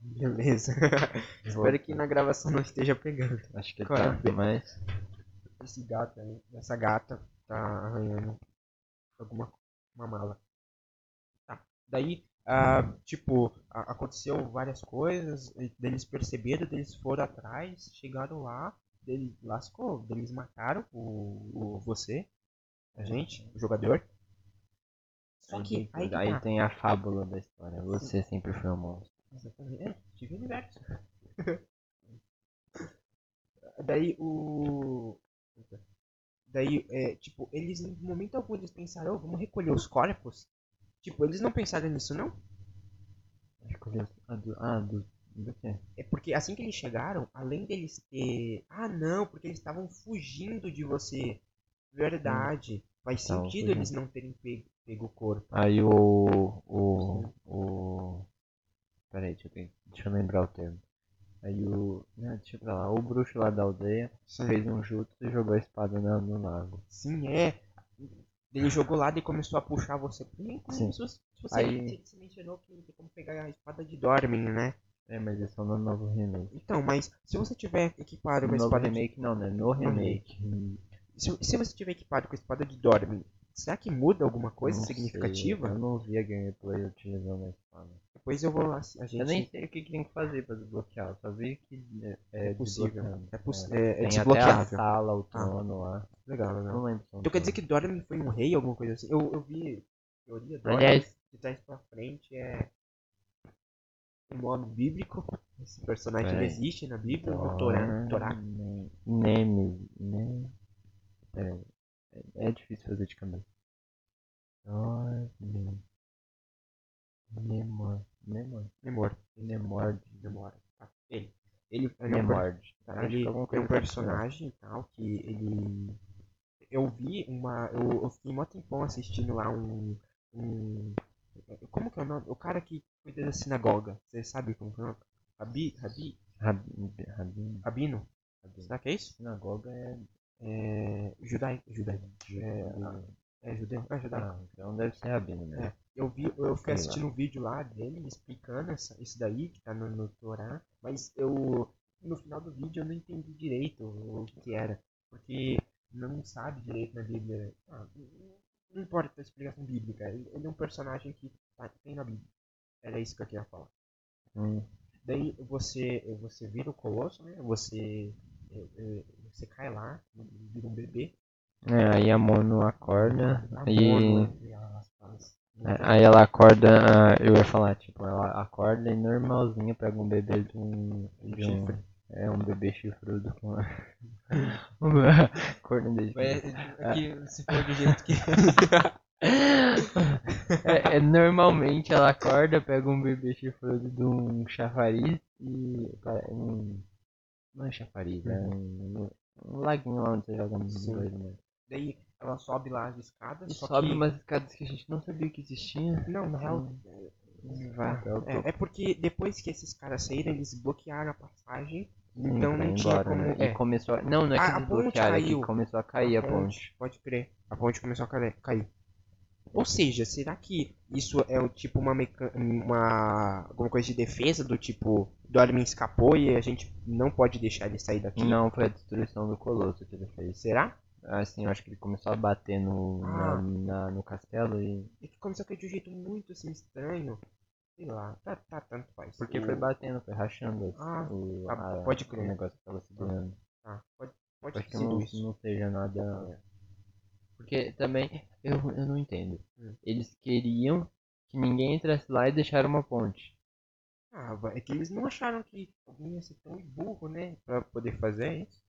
[SPEAKER 2] Beleza. Espero que na gravação não esteja pegando.
[SPEAKER 1] Acho que ele
[SPEAKER 2] Qual é a
[SPEAKER 1] tá,
[SPEAKER 2] pira?
[SPEAKER 1] mas.
[SPEAKER 2] esse gato aí, essa gata tá arranhando alguma uma mala. Tá. Daí, ah, tipo, a- aconteceu várias coisas, e eles perceberam, eles foram atrás, chegaram lá, eles lascou, eles mataram o, o você, a gente, o jogador. Só
[SPEAKER 1] Aí
[SPEAKER 2] que
[SPEAKER 1] tem-
[SPEAKER 2] aí que
[SPEAKER 1] aí
[SPEAKER 2] tá.
[SPEAKER 1] tem a fábula da história. Você sempre foi um monstro.
[SPEAKER 2] Exatamente. É, tive universo. Daí o. Daí, é, tipo, eles em momento algum eles pensaram, "Ô, vamos recolher os corpos. Tipo, eles não pensaram nisso, não.
[SPEAKER 1] Escolheu. Ah, do. Ah, do. Do quê?
[SPEAKER 2] É porque assim que eles chegaram, além deles ter. Ah, não, porque eles estavam fugindo de você. Verdade. Faz
[SPEAKER 1] Tavam
[SPEAKER 2] sentido
[SPEAKER 1] fugindo.
[SPEAKER 2] eles não terem pego, pego o corpo.
[SPEAKER 1] Aí o. O. O. Peraí, deixa eu, pe- deixa eu lembrar o termo. Aí o. Não, deixa pra lá. O bruxo lá da aldeia fez um jutsu e jogou a espada na- no lago.
[SPEAKER 2] Sim, é. Ele jogou lá e começou a puxar você. Nem como
[SPEAKER 1] Sim.
[SPEAKER 2] Se você, se você,
[SPEAKER 1] Aí-
[SPEAKER 2] você- você mencionou que não tem como pegar a espada de Dormin, né?
[SPEAKER 1] É, mas esse é o novo remake.
[SPEAKER 2] Então, mas se você tiver equipado com
[SPEAKER 1] No
[SPEAKER 2] a
[SPEAKER 1] novo
[SPEAKER 2] espada de...
[SPEAKER 1] remake não, né? No remake.
[SPEAKER 2] se, se você tiver equipado com a espada de Dormin, será que muda alguma coisa
[SPEAKER 1] Não sei,
[SPEAKER 2] significativa?
[SPEAKER 1] eu não vi a gameplay utilizando a espada.
[SPEAKER 2] Depois eu vou lá. A gente...
[SPEAKER 1] Eu nem sei o que, que tem que fazer pra desbloquear. Eu só vi que é,
[SPEAKER 2] É possível.
[SPEAKER 1] desbloqueando.
[SPEAKER 2] É, poss... é,
[SPEAKER 1] Tem
[SPEAKER 2] é
[SPEAKER 1] até a
[SPEAKER 2] desbloqueável. Ah, tá,
[SPEAKER 1] sala, o trono lá.
[SPEAKER 2] Legal, legal.
[SPEAKER 1] Não lembro. se é um
[SPEAKER 2] Então quer
[SPEAKER 1] trono.
[SPEAKER 2] dizer que Dormin foi um rei, alguma coisa assim? Eu, eu vi teoria Dormin,
[SPEAKER 1] Aliás-
[SPEAKER 2] de trás pra frente é um nome bíblico. Esse personagem
[SPEAKER 1] Peraí.
[SPEAKER 2] existe na
[SPEAKER 1] é
[SPEAKER 2] Bíblia, no Torá. né? Torá.
[SPEAKER 1] um né? Neme. Neme. Peraí. É, é difícil fazer de cabeça. Dorme. Nemor. Nemor.
[SPEAKER 2] Memor.
[SPEAKER 1] Nemord.
[SPEAKER 2] Memor. Tá. é Ele. Ele, ele, é um per-
[SPEAKER 1] Nemord.
[SPEAKER 2] tá, ele é
[SPEAKER 1] assim,
[SPEAKER 2] um
[SPEAKER 1] né?
[SPEAKER 2] personagem e tal que ele. Eu vi uma. Eu, eu fiquei mó tempão assistindo lá um. um- Como que é o nome? O cara que cuida da sinagoga. Você sabe como que é o nome? Rabi, Rabi,
[SPEAKER 1] Rabino.
[SPEAKER 2] Rabino? Será que é isso?
[SPEAKER 1] Sinagoga é.
[SPEAKER 2] É. Judaico. Judaico. É judeu? É judaico.
[SPEAKER 1] Ah, então deve ser Rabino mesmo.
[SPEAKER 2] É. Eu vi, eu
[SPEAKER 1] Sei
[SPEAKER 2] fiquei
[SPEAKER 1] tá lá.
[SPEAKER 2] assistindo um vídeo lá dele explicando essa, isso daí que tá no, no Torá, mas eu no final do vídeo eu não entendi direito o que que era, porque não sabe direito na Bíblia. Ah, não importa a explicação bíblica, ele ele é um personagem que tá- tem na Bíblia. Era isso que eu queria falar. É.
[SPEAKER 1] Hum.
[SPEAKER 2] Daí você, você vira o colosso, né? Você, eh, eh, você cai lá, vira um bebê.
[SPEAKER 1] É, aí a Mono acorda
[SPEAKER 2] tá
[SPEAKER 1] e.
[SPEAKER 2] morno, entre aspas. né.
[SPEAKER 1] É, Aí ela acorda, ah, eu ia falar, tipo, ela acorda e normalzinha pega um bebê de um. De um
[SPEAKER 2] Chifre.
[SPEAKER 1] é um bebê chifrudo com uma. Corno de
[SPEAKER 2] Mas é que se for do jeito que.
[SPEAKER 1] é, é, Normalmente ela acorda, pega um bebê chifrudo de um chafariz e. pera, é um- não é chafariz, é um, um laguinho lá onde você joga uns
[SPEAKER 2] Sim.
[SPEAKER 1] dois, né?
[SPEAKER 2] Daí ela sobe lá as escadas.
[SPEAKER 1] E
[SPEAKER 2] só
[SPEAKER 1] sobe
[SPEAKER 2] que...
[SPEAKER 1] umas escadas que a gente não sabia que existia.
[SPEAKER 2] Não, na real.
[SPEAKER 1] E vai até o topo.
[SPEAKER 2] É, é porque depois que esses caras saíram, eles bloquearam a passagem.
[SPEAKER 1] Hum,
[SPEAKER 2] Então
[SPEAKER 1] pra
[SPEAKER 2] não
[SPEAKER 1] ir
[SPEAKER 2] tinha
[SPEAKER 1] embora,
[SPEAKER 2] como-
[SPEAKER 1] né? E
[SPEAKER 2] é.
[SPEAKER 1] começou a... Uhum. Não, não é
[SPEAKER 2] Ah,
[SPEAKER 1] que
[SPEAKER 2] a ponte
[SPEAKER 1] desbloquearam, é
[SPEAKER 2] caiu.
[SPEAKER 1] que começou a cair a ponte.
[SPEAKER 2] Então, Pode crer. A ponte começou a cair. cair. Ou seja, será que isso é o tipo uma meca... uma alguma coisa de defesa do tipo Dormin escapou e a gente não pode deixar ele sair daqui?
[SPEAKER 1] Não, foi a destruição do Colosso que ele fez.
[SPEAKER 2] Será?
[SPEAKER 1] Assim, eu acho que ele começou a bater no, na-
[SPEAKER 2] Ah.
[SPEAKER 1] na- no castelo e...
[SPEAKER 2] É que começou a cair de um jeito muito assim estranho. Sei lá, tá, tá tanto faz.
[SPEAKER 1] Porque
[SPEAKER 2] O-
[SPEAKER 1] foi batendo, foi rachando
[SPEAKER 2] Ah,
[SPEAKER 1] o,
[SPEAKER 2] tá,
[SPEAKER 1] a-
[SPEAKER 2] pode crer.
[SPEAKER 1] o negócio que tava segurando.
[SPEAKER 2] Ah, pode,
[SPEAKER 1] Eu
[SPEAKER 2] pode
[SPEAKER 1] Acho
[SPEAKER 2] ter
[SPEAKER 1] que não,
[SPEAKER 2] sido isso.
[SPEAKER 1] não seja nada... Porque também, eu, eu não entendo.
[SPEAKER 2] Hum.
[SPEAKER 1] Eles queriam que ninguém entrasse lá e deixaram uma ponte.
[SPEAKER 2] Ah, vai- é que eles não acharam que alguém ia ser tão burro, né? Pra poder fazer isso.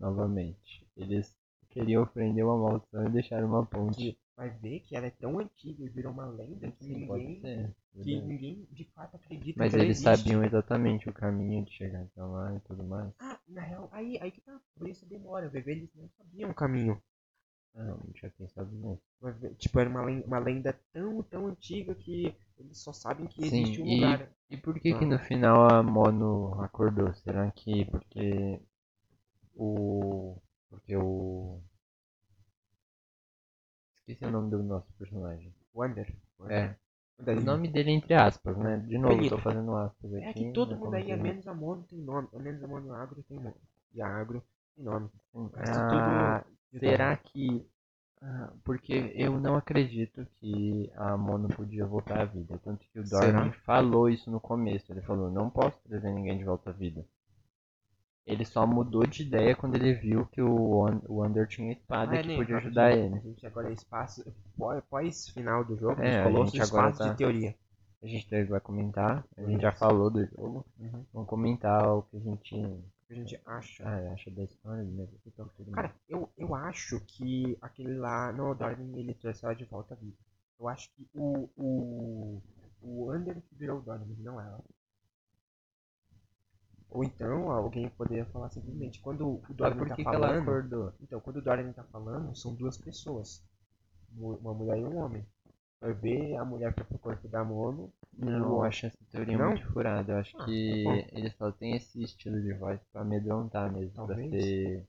[SPEAKER 1] Novamente. Eles queriam prender uma maldição e deixaram uma ponte.
[SPEAKER 2] Que vai ver que ela é tão antiga e virou uma lenda que
[SPEAKER 1] Sim, pode
[SPEAKER 2] ninguém,
[SPEAKER 1] ser.
[SPEAKER 2] que
[SPEAKER 1] verdade.
[SPEAKER 2] ninguém de fato acredita
[SPEAKER 1] Mas
[SPEAKER 2] que ela
[SPEAKER 1] eles
[SPEAKER 2] existe.
[SPEAKER 1] sabiam exatamente o caminho de chegar até lá e tudo mais.
[SPEAKER 2] Ah, na real, aí, aí que tá. Por isso demora. Vai ver, eles não sabiam o caminho.
[SPEAKER 1] Ah, não tinha pensado nisso.
[SPEAKER 2] Vai ver, tipo, era uma lenda, uma lenda tão, tão antiga que eles só sabem que
[SPEAKER 1] Sim,
[SPEAKER 2] existe um
[SPEAKER 1] e-
[SPEAKER 2] lugar.
[SPEAKER 1] E por que que no final a Mono acordou? Será que porque o... Porque o... Esqueci o nome do nosso personagem.
[SPEAKER 2] Wander.
[SPEAKER 1] É,
[SPEAKER 2] Daí-
[SPEAKER 1] o nome dele é entre aspas, né? De novo, eu tô fazendo aspas aqui.
[SPEAKER 2] É que todo
[SPEAKER 1] né,
[SPEAKER 2] mundo
[SPEAKER 1] como
[SPEAKER 2] aí, a
[SPEAKER 1] que-
[SPEAKER 2] menos a Mono, tem nome. A menos a Mono Agro tem nome. E a Agro tem nome.
[SPEAKER 1] Ah,
[SPEAKER 2] tudo-
[SPEAKER 1] Será que. ah, Porque eu não acredito que a Mono podia voltar à vida. Tanto que o
[SPEAKER 2] Será?
[SPEAKER 1] Dormin falou isso no começo. Ele falou: não posso trazer ninguém de volta à vida. Ele só mudou de ideia quando ele viu que o Wan- o Wander tinha espada
[SPEAKER 2] Ah,
[SPEAKER 1] que
[SPEAKER 2] nem,
[SPEAKER 1] podia
[SPEAKER 2] rapidinho,
[SPEAKER 1] ajudar
[SPEAKER 2] A
[SPEAKER 1] ele.
[SPEAKER 2] gente agora é espaço. pós- Pós final do jogo,
[SPEAKER 1] É,
[SPEAKER 2] é,
[SPEAKER 1] a
[SPEAKER 2] os colossos
[SPEAKER 1] gente agora
[SPEAKER 2] espaço
[SPEAKER 1] tá-
[SPEAKER 2] de teoria.
[SPEAKER 1] A gente deve- vai comentar, a gente já falou do jogo.
[SPEAKER 2] Uhum.
[SPEAKER 1] Vamos comentar o que a gente
[SPEAKER 2] O que a gente acha.
[SPEAKER 1] ah, acha da história, né? do que tá tudo mais.
[SPEAKER 2] Cara, eu, eu acho que aquele lá. Não, o Dormin ele trouxe ela de volta à vida. Eu acho que o. O, o Under que virou o Dormin, não é ela. Ou então alguém poderia falar simplesmente. Quando o
[SPEAKER 1] Mas
[SPEAKER 2] Dormin
[SPEAKER 1] por
[SPEAKER 2] tá
[SPEAKER 1] que, que ela
[SPEAKER 2] falando.
[SPEAKER 1] acordou?
[SPEAKER 2] Então, quando o Dorian tá falando, são duas pessoas. Mu- Uma mulher e um homem. Vai ver a mulher que é pro corpo da Mono.
[SPEAKER 1] Não, eu acho essa teoria
[SPEAKER 2] Não?
[SPEAKER 1] muito furada. Eu acho
[SPEAKER 2] Ah,
[SPEAKER 1] que
[SPEAKER 2] tá
[SPEAKER 1] ele só tem esse estilo de voz pra amedrontar mesmo,
[SPEAKER 2] Talvez.
[SPEAKER 1] pra ser,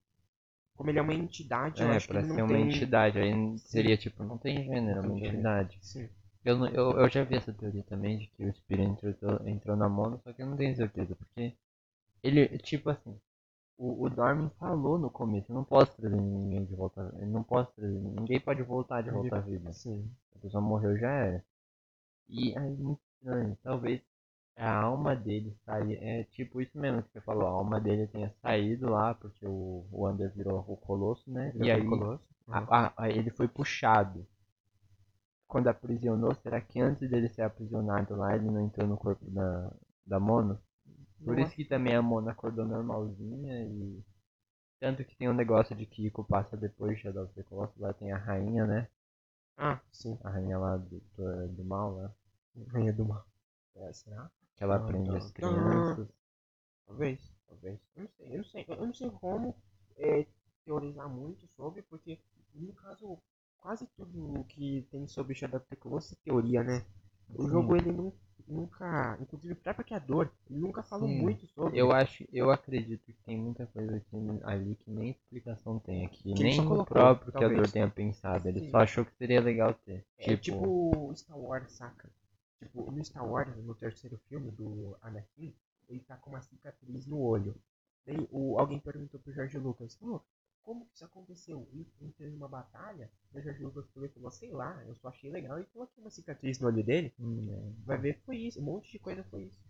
[SPEAKER 2] Como ele é uma entidade, eu
[SPEAKER 1] é,
[SPEAKER 2] acho que
[SPEAKER 1] pra
[SPEAKER 2] ele
[SPEAKER 1] ser
[SPEAKER 2] não
[SPEAKER 1] uma
[SPEAKER 2] tem...
[SPEAKER 1] entidade. Aí n- seria tipo, não tem gênero, é uma
[SPEAKER 2] Não tem gênero.
[SPEAKER 1] entidade.
[SPEAKER 2] Sim.
[SPEAKER 1] Eu, não- eu, eu já vi essa teoria também de que o espírito entrou, entrou na mono, só que eu não tenho certeza, porque ele, tipo assim, o, o Dormin falou no começo, eu não posso trazer ninguém de volta, eu não posso trazer, ninguém pode voltar de volta à vida.
[SPEAKER 2] Sim.
[SPEAKER 1] A pessoa morreu já era. E aí, muito estranho. Talvez a alma dele saia. É tipo isso mesmo que você falou. A alma dele tenha saído lá, porque o, o Ander virou o Colosso, né?
[SPEAKER 2] é
[SPEAKER 1] E
[SPEAKER 2] um
[SPEAKER 1] aí
[SPEAKER 2] Uhum.
[SPEAKER 1] a- a- a- ele foi puxado. Quando aprisionou, será que antes dele ser aprisionado lá, ele não entrou no corpo da, da Mono? Por isso que também a Mono acordou normalzinha e. Tanto que tem um negócio de que Ico passa depois de Shadow of the Colossus, lá tem a rainha, né?
[SPEAKER 2] Ah, sim.
[SPEAKER 1] a rainha lá do, do, do mal, né?
[SPEAKER 2] Rainha do Mar. É, será?
[SPEAKER 1] Que ela
[SPEAKER 2] Não,
[SPEAKER 1] prende
[SPEAKER 2] não.
[SPEAKER 1] as crianças.
[SPEAKER 2] Talvez. Talvez. Eu não sei. Eu não sei, eu não sei como é, teorizar muito sobre, porque, no caso, quase tudo que tem sobre Shadow of the Colossus é teoria, né? O
[SPEAKER 1] Sim.
[SPEAKER 2] jogo, ele nu- nunca... Inclusive, o próprio criador, ele nunca falou
[SPEAKER 1] Sim.
[SPEAKER 2] muito sobre.
[SPEAKER 1] Eu acho, eu acredito que tem muita coisa que, ali que nem explicação tem aqui.
[SPEAKER 2] Que ele
[SPEAKER 1] nem
[SPEAKER 2] só
[SPEAKER 1] o
[SPEAKER 2] colocou,
[SPEAKER 1] próprio
[SPEAKER 2] talvez.
[SPEAKER 1] criador tenha pensado. Ele
[SPEAKER 2] Sim.
[SPEAKER 1] só achou que seria legal ter.
[SPEAKER 2] É tipo Star Wars, saca? Tipo, no Star Wars, no terceiro filme do Anakin, ele tá com uma cicatriz no olho. Daí o, alguém perguntou pro Jorge Lucas, "Pô, como que isso aconteceu? E Entrou em uma batalha, daí o Jorge Lucas pegou e falou, sei lá, eu só achei legal e coloquei uma cicatriz no olho dele.
[SPEAKER 1] hum, é.
[SPEAKER 2] Vai ver, foi isso, um monte de coisa foi isso.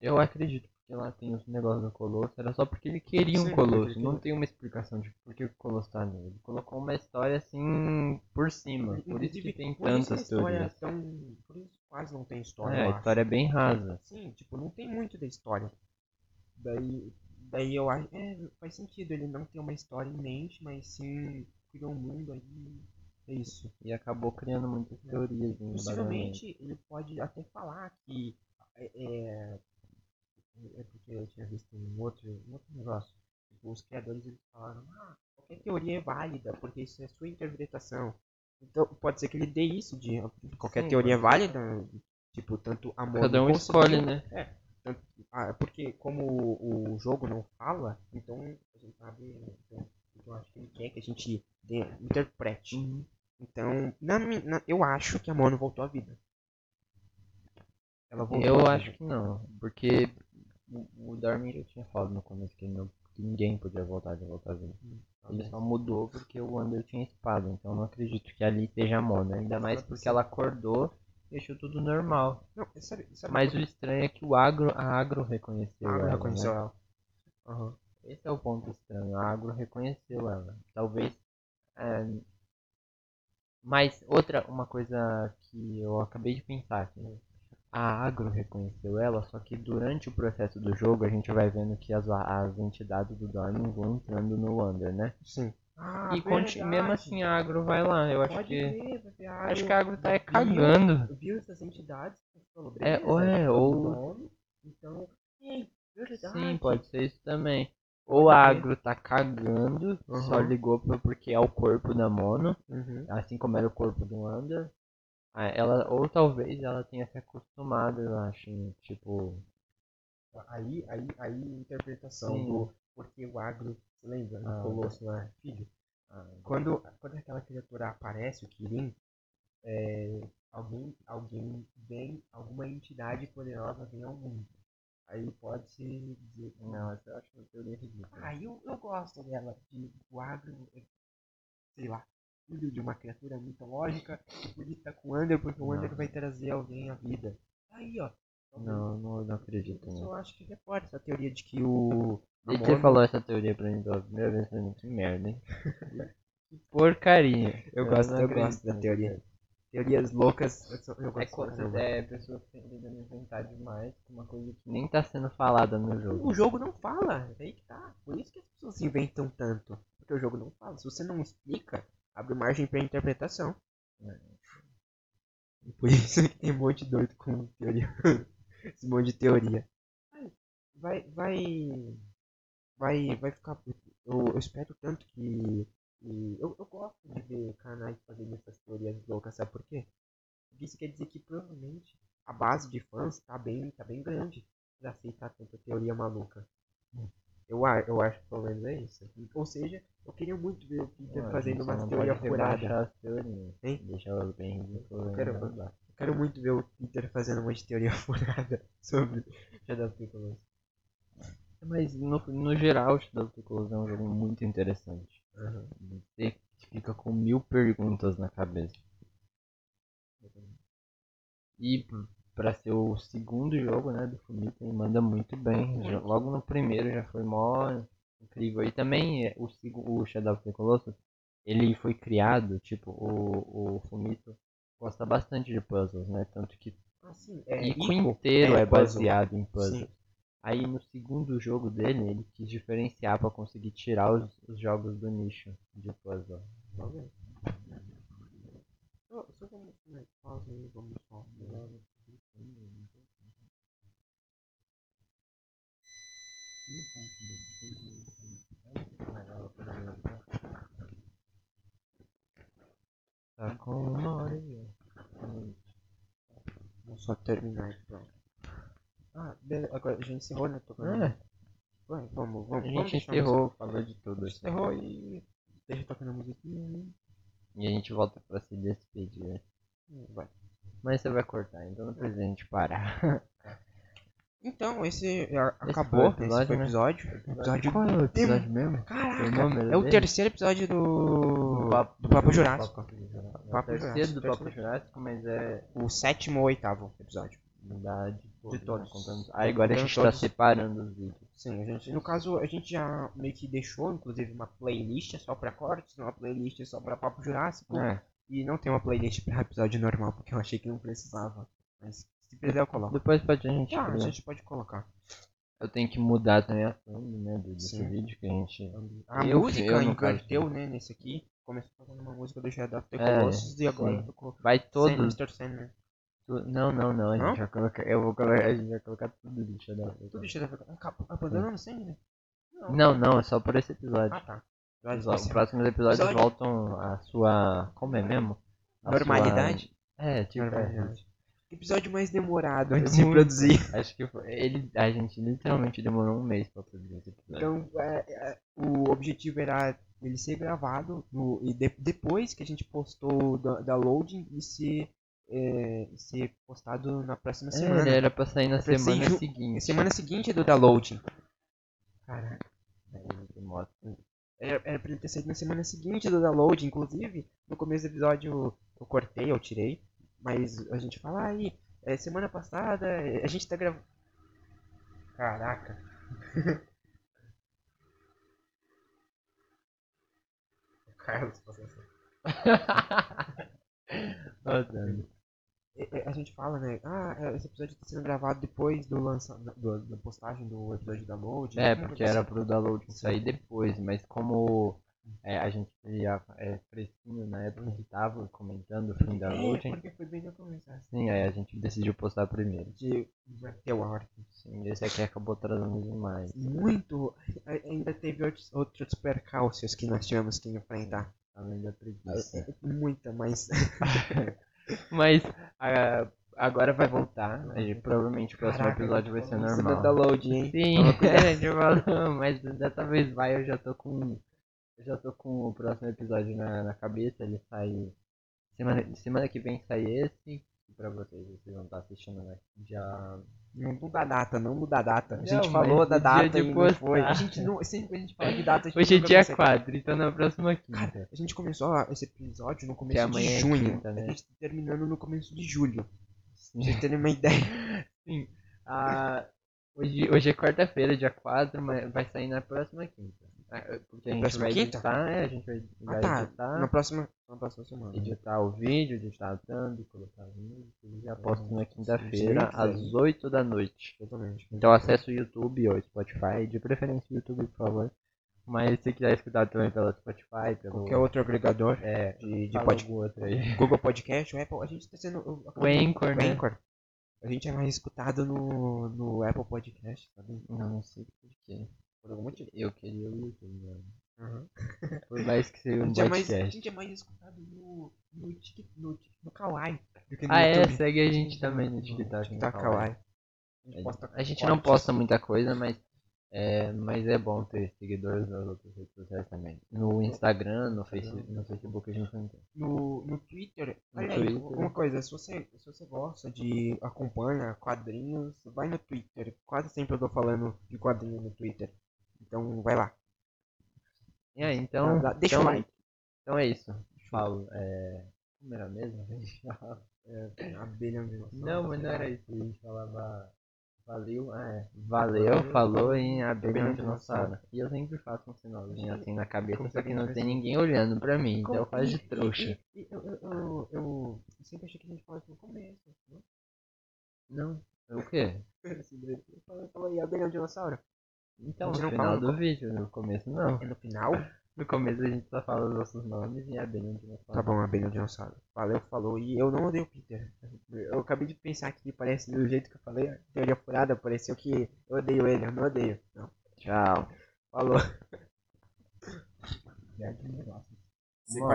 [SPEAKER 1] Eu acredito porque lá tem os negócios do Colosso. Era só porque ele queria um
[SPEAKER 2] Sim,
[SPEAKER 1] Colosso.
[SPEAKER 2] porque
[SPEAKER 1] Não
[SPEAKER 2] ele-
[SPEAKER 1] tem uma explicação de por que o Colosso tá nele. Ele colocou uma história assim por cima. Por isso que
[SPEAKER 2] Inclusive,
[SPEAKER 1] tem
[SPEAKER 2] por isso a
[SPEAKER 1] tantas
[SPEAKER 2] história é
[SPEAKER 1] teorias.
[SPEAKER 2] tão- Por isso quase não tem história,
[SPEAKER 1] É,
[SPEAKER 2] eu
[SPEAKER 1] a
[SPEAKER 2] acho.
[SPEAKER 1] história é bem rasa.
[SPEAKER 2] Sim, tipo, não tem muito da história. Daí, daí eu acho. É, faz sentido ele não ter uma história em mente, mas sim criou um mundo aí. É isso.
[SPEAKER 1] E acabou criando muitas teorias. em Barulho.
[SPEAKER 2] É. Possivelmente ele pode até falar que. É, é, é porque eu tinha visto um outro, um outro negócio. Tipo, os criadores eles falaram: ah, qualquer teoria é válida, porque isso é sua interpretação. Então pode ser que ele dê isso de qualquer
[SPEAKER 1] Sim,
[SPEAKER 2] teoria é
[SPEAKER 1] pode ser.
[SPEAKER 2] válida. Tipo, tanto amor.
[SPEAKER 1] Cada um escolhe, né?
[SPEAKER 2] Ah, é porque como o o jogo não fala, então a gente sabe. Então, eu acho que ele quer que a gente dê- interprete. Então, na mi- na- eu acho que a Mono voltou à vida. Ela voltou
[SPEAKER 1] Eu
[SPEAKER 2] à
[SPEAKER 1] acho
[SPEAKER 2] vida.
[SPEAKER 1] que não, porque o, o Darwin já tinha falado no começo que, não- que ninguém podia voltar de volta à vida. Ele só mudou porque o Wander tinha espada, então eu não acredito que ali seja a Mona, ainda mais porque ela acordou e deixou tudo normal.
[SPEAKER 2] Não, é sabe, sabe
[SPEAKER 1] Mas o
[SPEAKER 2] por-
[SPEAKER 1] estranho é que o agro, a agro reconheceu
[SPEAKER 2] a Agro
[SPEAKER 1] ela.
[SPEAKER 2] reconheceu
[SPEAKER 1] né?
[SPEAKER 2] ela. Aham.
[SPEAKER 1] Esse é o ponto estranho, a agro reconheceu ela. Talvez. é, Mas outra, uma coisa que eu acabei de pensar aqui. né? A agro reconheceu ela, só que durante o processo do jogo a gente vai vendo que as, as entidades do Dormin vão entrando no Wander, né?
[SPEAKER 2] Sim. Ah,
[SPEAKER 1] e conti- mesmo assim a agro vai lá, eu acho
[SPEAKER 2] Pode
[SPEAKER 1] que.
[SPEAKER 2] ver, Pepe, a
[SPEAKER 1] Acho
[SPEAKER 2] Agro
[SPEAKER 1] que a agro tá é
[SPEAKER 2] viu-
[SPEAKER 1] cagando.
[SPEAKER 2] Viu essas entidades? Falou,
[SPEAKER 1] É, ou
[SPEAKER 2] beleza,
[SPEAKER 1] é,
[SPEAKER 2] tá
[SPEAKER 1] ou-
[SPEAKER 2] tudo bom. Então, é verdade.
[SPEAKER 1] Sim, pode ser isso também. Ou a agro tá cagando, só
[SPEAKER 2] Uhum.
[SPEAKER 1] ligou pra, porque é o corpo da Mono.
[SPEAKER 2] Uhum.
[SPEAKER 1] assim como era o corpo do Wander, ah, ela ou talvez ela tenha se acostumado, eu acho, em, tipo,
[SPEAKER 2] Aí, aí, aí interpretação
[SPEAKER 1] Sim.
[SPEAKER 2] do porque o agro, você lembra, né, no
[SPEAKER 1] Ah.
[SPEAKER 2] Colosso lá, filho?
[SPEAKER 1] ah,
[SPEAKER 2] Quando, quando aquela criatura aparece, o Kirin, é, alguém, alguém vem, alguma entidade poderosa vem ao mundo. Aí pode se dizer que.
[SPEAKER 1] não, essa eu acho uma teoria ridícula.
[SPEAKER 2] Ah, eu, eu gosto dela, de o agro, é, sei lá, filho de uma criatura mitológica, por isso tá com o Under, porque o Under
[SPEAKER 1] Não.
[SPEAKER 2] vai trazer alguém à vida. Aí, ó.
[SPEAKER 1] Não, não, não acredito
[SPEAKER 2] Isso
[SPEAKER 1] não.
[SPEAKER 2] eu acho que reforça a teoria de que o,
[SPEAKER 1] E
[SPEAKER 2] Namoro.
[SPEAKER 1] você falou essa teoria pra mim pela primeira vez, eu falei, que merda, hein? Que porcaria.
[SPEAKER 2] Eu
[SPEAKER 1] não
[SPEAKER 2] gosto, eu
[SPEAKER 1] acredito
[SPEAKER 2] gosto da
[SPEAKER 1] nisso.
[SPEAKER 2] teoria. Teorias loucas, eu, sou- eu
[SPEAKER 1] É
[SPEAKER 2] gosto pra
[SPEAKER 1] coisas,
[SPEAKER 2] caramba.
[SPEAKER 1] é pessoa tendendo a inventar demais, com uma coisa que nem tá sendo falada no jogo.
[SPEAKER 2] O jogo não fala, é aí que tá. Por isso que as pessoas se inventam tanto. Porque o jogo não fala. Se você não explica, abre margem pra interpretação. E É. Por isso que tem um monte de doido com teoria. Esse monte de teoria. Vai, vai. Vai, vai ficar. Eu, eu espero tanto que. que- eu, eu gosto de ver canais fazendo essas teorias loucas, sabe por quê? Porque Isso quer dizer que provavelmente a base de fãs tá bem, tá bem grande pra aceitar tanta teoria maluca. Eu, a- eu acho que pelo menos é isso. Ou seja, eu queria muito ver o Peter
[SPEAKER 1] Não, a
[SPEAKER 2] fazendo
[SPEAKER 1] gente
[SPEAKER 2] uma
[SPEAKER 1] não
[SPEAKER 2] teoria
[SPEAKER 1] pode
[SPEAKER 2] furada.
[SPEAKER 1] rebaixar as teorias.
[SPEAKER 2] Hein?
[SPEAKER 1] Deixar o bem né? ridículo.
[SPEAKER 2] Quero-
[SPEAKER 1] ainda mais.
[SPEAKER 2] Eu quero muito ver o Peter fazendo uma de teoria furada sobre Shadow Piccolo.
[SPEAKER 1] Mas no, no geral, Shadow Piccolo é um jogo muito interessante.
[SPEAKER 2] Aham.
[SPEAKER 1] Você fica com mil perguntas na cabeça. E p- pra ser o segundo jogo, né, do Fumita, ele manda muito bem. Já- logo no primeiro já foi mó incrível. E também é, o, segu- o Shadow of the Colossus, ele foi criado, tipo, o, o Fumito gosta bastante de puzzles, né? Tanto que
[SPEAKER 2] Ah, sim, é,
[SPEAKER 1] Ico
[SPEAKER 2] Ico
[SPEAKER 1] inteiro é,
[SPEAKER 2] puzzle.
[SPEAKER 1] baseado em puzzles.
[SPEAKER 2] Sim.
[SPEAKER 1] Aí no segundo jogo dele, ele quis diferenciar pra conseguir tirar os, os jogos do nicho de puzzle.
[SPEAKER 2] Talvez. Só- só vamos- né, pausa aí, vamos só- né?
[SPEAKER 1] Tá com uma hora aí.
[SPEAKER 2] Vamos só terminar então. Ah, beleza, agora a gente encerrou, né? Tô com-
[SPEAKER 1] É,
[SPEAKER 2] Vai, vamos, vamos.
[SPEAKER 1] a
[SPEAKER 2] vamos
[SPEAKER 1] gente
[SPEAKER 2] deixar
[SPEAKER 1] encerrou, falou de
[SPEAKER 2] a
[SPEAKER 1] tudo.
[SPEAKER 2] música- Encerrou e. Deixa eu tocar na musiquinha né?
[SPEAKER 1] E a gente volta pra se despedir.
[SPEAKER 2] Vai.
[SPEAKER 1] Mas você vai cortar, então não precisa a gente parar.
[SPEAKER 2] Então, esse a-
[SPEAKER 1] foi o
[SPEAKER 2] acabou. esse
[SPEAKER 1] episódio,
[SPEAKER 2] foi o
[SPEAKER 1] né?
[SPEAKER 2] episódio. Episódio.
[SPEAKER 1] Qual é o episódio mesmo? O
[SPEAKER 2] Caraca!
[SPEAKER 1] nome
[SPEAKER 2] É
[SPEAKER 1] era
[SPEAKER 2] o
[SPEAKER 1] dele?
[SPEAKER 2] terceiro episódio do. do Papo Jurássico.
[SPEAKER 1] Papo
[SPEAKER 2] Papo Jurássico.
[SPEAKER 1] Terceiro do Papo
[SPEAKER 2] Terceiro.
[SPEAKER 1] Jurássico, mas é
[SPEAKER 2] O sétimo ou oitavo episódio.
[SPEAKER 1] da de todos.
[SPEAKER 2] De todos.
[SPEAKER 1] né? Contamos- Aí agora a
[SPEAKER 2] Contando
[SPEAKER 1] gente tá
[SPEAKER 2] todos.
[SPEAKER 1] separando os vídeos.
[SPEAKER 2] Sim, a gente, no caso, a gente já meio que deixou, inclusive, uma playlist só pra cortes, uma playlist só pra Papo Jurássico.
[SPEAKER 1] É,
[SPEAKER 2] E não tem uma playlist pra episódio normal, porque eu achei que não precisava. Mas se precisar, eu coloco.
[SPEAKER 1] depois pode a gente
[SPEAKER 2] Ah, a
[SPEAKER 1] ver.
[SPEAKER 2] gente pode colocar.
[SPEAKER 1] Eu tenho que mudar também a thumb, né, do- desse
[SPEAKER 2] Sim.
[SPEAKER 1] vídeo que a gente...
[SPEAKER 2] A
[SPEAKER 1] Eu-
[SPEAKER 2] música
[SPEAKER 1] eu não
[SPEAKER 2] inverteu, né, nesse aqui. Começou fazendo uma música do Shadow of the
[SPEAKER 1] É,
[SPEAKER 2] Colossus e agora
[SPEAKER 1] sim.
[SPEAKER 2] eu tô colocando
[SPEAKER 1] Vai todos...
[SPEAKER 2] Mr. Sandman.
[SPEAKER 1] tu- Não, não, não, a gente
[SPEAKER 2] Não?
[SPEAKER 1] vai colocar... Eu vou colocar... A gente vai colocar tudo né? do Shadow. of the
[SPEAKER 2] Tudo
[SPEAKER 1] Colossus.
[SPEAKER 2] Shadow of the Colossus. Abandonando Sandman?
[SPEAKER 1] Não, não, é só por esse episódio.
[SPEAKER 2] né. Ah, tá. Vai,
[SPEAKER 1] Os os
[SPEAKER 2] vai.
[SPEAKER 1] próximos episódios
[SPEAKER 2] Episódio.
[SPEAKER 1] voltam à sua... Como é mesmo? A sua-
[SPEAKER 2] Normalidade?
[SPEAKER 1] É, tipo... é.
[SPEAKER 2] Normalidade. Episódio mais demorado assim. antes de
[SPEAKER 1] Muito.
[SPEAKER 2] produzir.
[SPEAKER 1] Acho que foi. Ele, a gente literalmente demorou um mês pra produzir esse episódio.
[SPEAKER 2] Então, é, é, o objetivo era ele ser gravado no- e de- depois que a gente postou o da, da loading e ser, é, e ser postado na próxima
[SPEAKER 1] É, ele
[SPEAKER 2] Então, semana.
[SPEAKER 1] era pra sair na
[SPEAKER 2] Pra sair
[SPEAKER 1] semana
[SPEAKER 2] ju-
[SPEAKER 1] seguinte.
[SPEAKER 2] Semana seguinte do da loading. Caraca.
[SPEAKER 1] Caraca.
[SPEAKER 2] Era, era É, pra ele ter saído na semana seguinte do download, inclusive, no começo do episódio eu cortei, eu tirei, mas a gente fala "Ah, aí, é, semana passada, é, a gente tá gravando. Caraca. Carlos, você- tá
[SPEAKER 1] né?
[SPEAKER 2] é, é, a gente fala, né? Ah, é, esse episódio tá sendo gravado depois do lançamento, da postagem do episódio da Load.
[SPEAKER 1] É, porque
[SPEAKER 2] assim,
[SPEAKER 1] era pro download sair depois, mas como é, a gente ia é, fresquinho na época que tava comentando o fim da
[SPEAKER 2] É,
[SPEAKER 1] loading,
[SPEAKER 2] porque foi bem no começo. assim,
[SPEAKER 1] sim, aí a gente decidiu postar primeiro.
[SPEAKER 2] De bater o ar.
[SPEAKER 1] Sim, esse aqui acabou trazendo demais.
[SPEAKER 2] muito. A- Ainda teve outros, outros percalços que nós tivemos que enfrentar.
[SPEAKER 1] Além da preguiça.
[SPEAKER 2] Muita, mas.
[SPEAKER 1] Mas ah, agora vai voltar. aí provavelmente o próximo
[SPEAKER 2] Caraca,
[SPEAKER 1] episódio vai ser
[SPEAKER 2] isso do
[SPEAKER 1] normal.
[SPEAKER 2] download, hein?
[SPEAKER 1] Sim, é, de valor, mas dessa vez vai, eu já tô com. Eu já tô com o próximo episódio na, na cabeça, ele sai. Semana, semana que vem sai esse. E pra vocês, vocês vão estar assistindo né? já.
[SPEAKER 2] Não muda a data, não muda a data. A
[SPEAKER 1] Não,
[SPEAKER 2] gente
[SPEAKER 1] mas
[SPEAKER 2] falou da
[SPEAKER 1] no dia
[SPEAKER 2] data
[SPEAKER 1] de
[SPEAKER 2] e não foi.
[SPEAKER 1] postar.
[SPEAKER 2] A gente não, sempre que a gente fala de data, a gente
[SPEAKER 1] Hoje é
[SPEAKER 2] nunca
[SPEAKER 1] dia
[SPEAKER 2] consegue.
[SPEAKER 1] 4, então na próxima quinta.
[SPEAKER 2] Cara, a gente começou a- esse episódio no
[SPEAKER 1] Que
[SPEAKER 2] começo
[SPEAKER 1] amanhã
[SPEAKER 2] de
[SPEAKER 1] é
[SPEAKER 2] junho.
[SPEAKER 1] quinta, né?
[SPEAKER 2] A gente tá terminando no começo de julho. Pra
[SPEAKER 1] Sim.
[SPEAKER 2] vocês terem uma ideia.
[SPEAKER 1] Ah, Hoje, hoje é quarta-feira, dia 4, mas vai sair na próxima quinta. Ah, é, Porque a gente
[SPEAKER 2] Próxima
[SPEAKER 1] vai
[SPEAKER 2] quinta?
[SPEAKER 1] editar, é, a gente vai, vai
[SPEAKER 2] Ah, tá.
[SPEAKER 1] editar,
[SPEAKER 2] Na próxima, na próxima semana.
[SPEAKER 1] editar o vídeo, editar a é, thumb, colocar as músicas, e aposto na quinta-feira,
[SPEAKER 2] Gente,
[SPEAKER 1] às 8 da noite.
[SPEAKER 2] Exatamente.
[SPEAKER 1] Então acessa o YouTube ou o Spotify, de preferência o YouTube, por favor. Mas se quiser escutar também pelo Spotify, pelo
[SPEAKER 2] Qualquer outro agregador
[SPEAKER 1] é,
[SPEAKER 2] de, de
[SPEAKER 1] fala
[SPEAKER 2] podcast.
[SPEAKER 1] algum outro aí.
[SPEAKER 2] Google Podcast, o Apple, a gente tá sendo. eu-
[SPEAKER 1] O Anchor,
[SPEAKER 2] o
[SPEAKER 1] né?
[SPEAKER 2] Anchor. A gente é mais escutado no, no Apple Podcast,
[SPEAKER 1] tá
[SPEAKER 2] sabe?
[SPEAKER 1] Não, não sei porquê.
[SPEAKER 2] Por algum motivo.
[SPEAKER 1] Eu queria o YouTube, mano.
[SPEAKER 2] Uhum.
[SPEAKER 1] Por mais que seja
[SPEAKER 2] A,
[SPEAKER 1] um
[SPEAKER 2] gente é mais, a
[SPEAKER 1] podcast.
[SPEAKER 2] gente é mais escutado no, no, tic, no, tic- no Kawaii do que no
[SPEAKER 1] Ah, é,
[SPEAKER 2] YouTube.
[SPEAKER 1] segue a gente também no TikTok. no
[SPEAKER 2] Tá
[SPEAKER 1] Kawaii.
[SPEAKER 2] Kawaii. A gente posta
[SPEAKER 1] A gente não
[SPEAKER 2] cortes.
[SPEAKER 1] posta muita coisa, mas é, mas é bom ter seguidores nas outras redes sociais também. No Instagram, no, Face, no Facebook a gente não tem.
[SPEAKER 2] no, no Twitter.
[SPEAKER 1] No
[SPEAKER 2] Olha aí,
[SPEAKER 1] Twitter.
[SPEAKER 2] uma coisa, se você, se você gosta de acompanha quadrinhos, vai no Twitter. Quase sempre eu tô falando de quadrinhos no Twitter. Então vai lá.
[SPEAKER 1] É, então,
[SPEAKER 2] Dá- deixa
[SPEAKER 1] então,
[SPEAKER 2] o like.
[SPEAKER 1] então é isso. Falo, é. Como era mesmo? A gente falava-
[SPEAKER 2] Abelha
[SPEAKER 1] Não, mas não era isso. A gente falava. Valeu, ah, é. Valeu, falou em abelha
[SPEAKER 2] Abelha
[SPEAKER 1] dinossauro. E eu sempre faço um sinalzinho assim na cabeça, só que não tem ninguém olhando pra mim, então
[SPEAKER 2] Como-
[SPEAKER 1] faz
[SPEAKER 2] e-
[SPEAKER 1] de
[SPEAKER 2] e-
[SPEAKER 1] trouxa.
[SPEAKER 2] e- e- Eu, eu, eu, eu- eu sempre achei que a gente falava isso no começo. Não?
[SPEAKER 1] Não. O quê?
[SPEAKER 2] assim, né? Eu falei, eu falei, abelha é um dinossauro.
[SPEAKER 1] Então,
[SPEAKER 2] Você
[SPEAKER 1] no
[SPEAKER 2] não
[SPEAKER 1] final
[SPEAKER 2] fala no
[SPEAKER 1] do vídeo, no começo não.
[SPEAKER 2] É no final?
[SPEAKER 1] No começo a gente só fala os nossos nomes e é bem onde nós
[SPEAKER 2] Tá bom, abelha dinossauro. Valeu, falou. E eu não odeio o Peter. Eu acabei de pensar que parece do jeito que eu falei, a teoria furada, pareceu que eu odeio ele, eu não odeio. Não.
[SPEAKER 1] Tchau.
[SPEAKER 2] é Falou.
[SPEAKER 1] Uma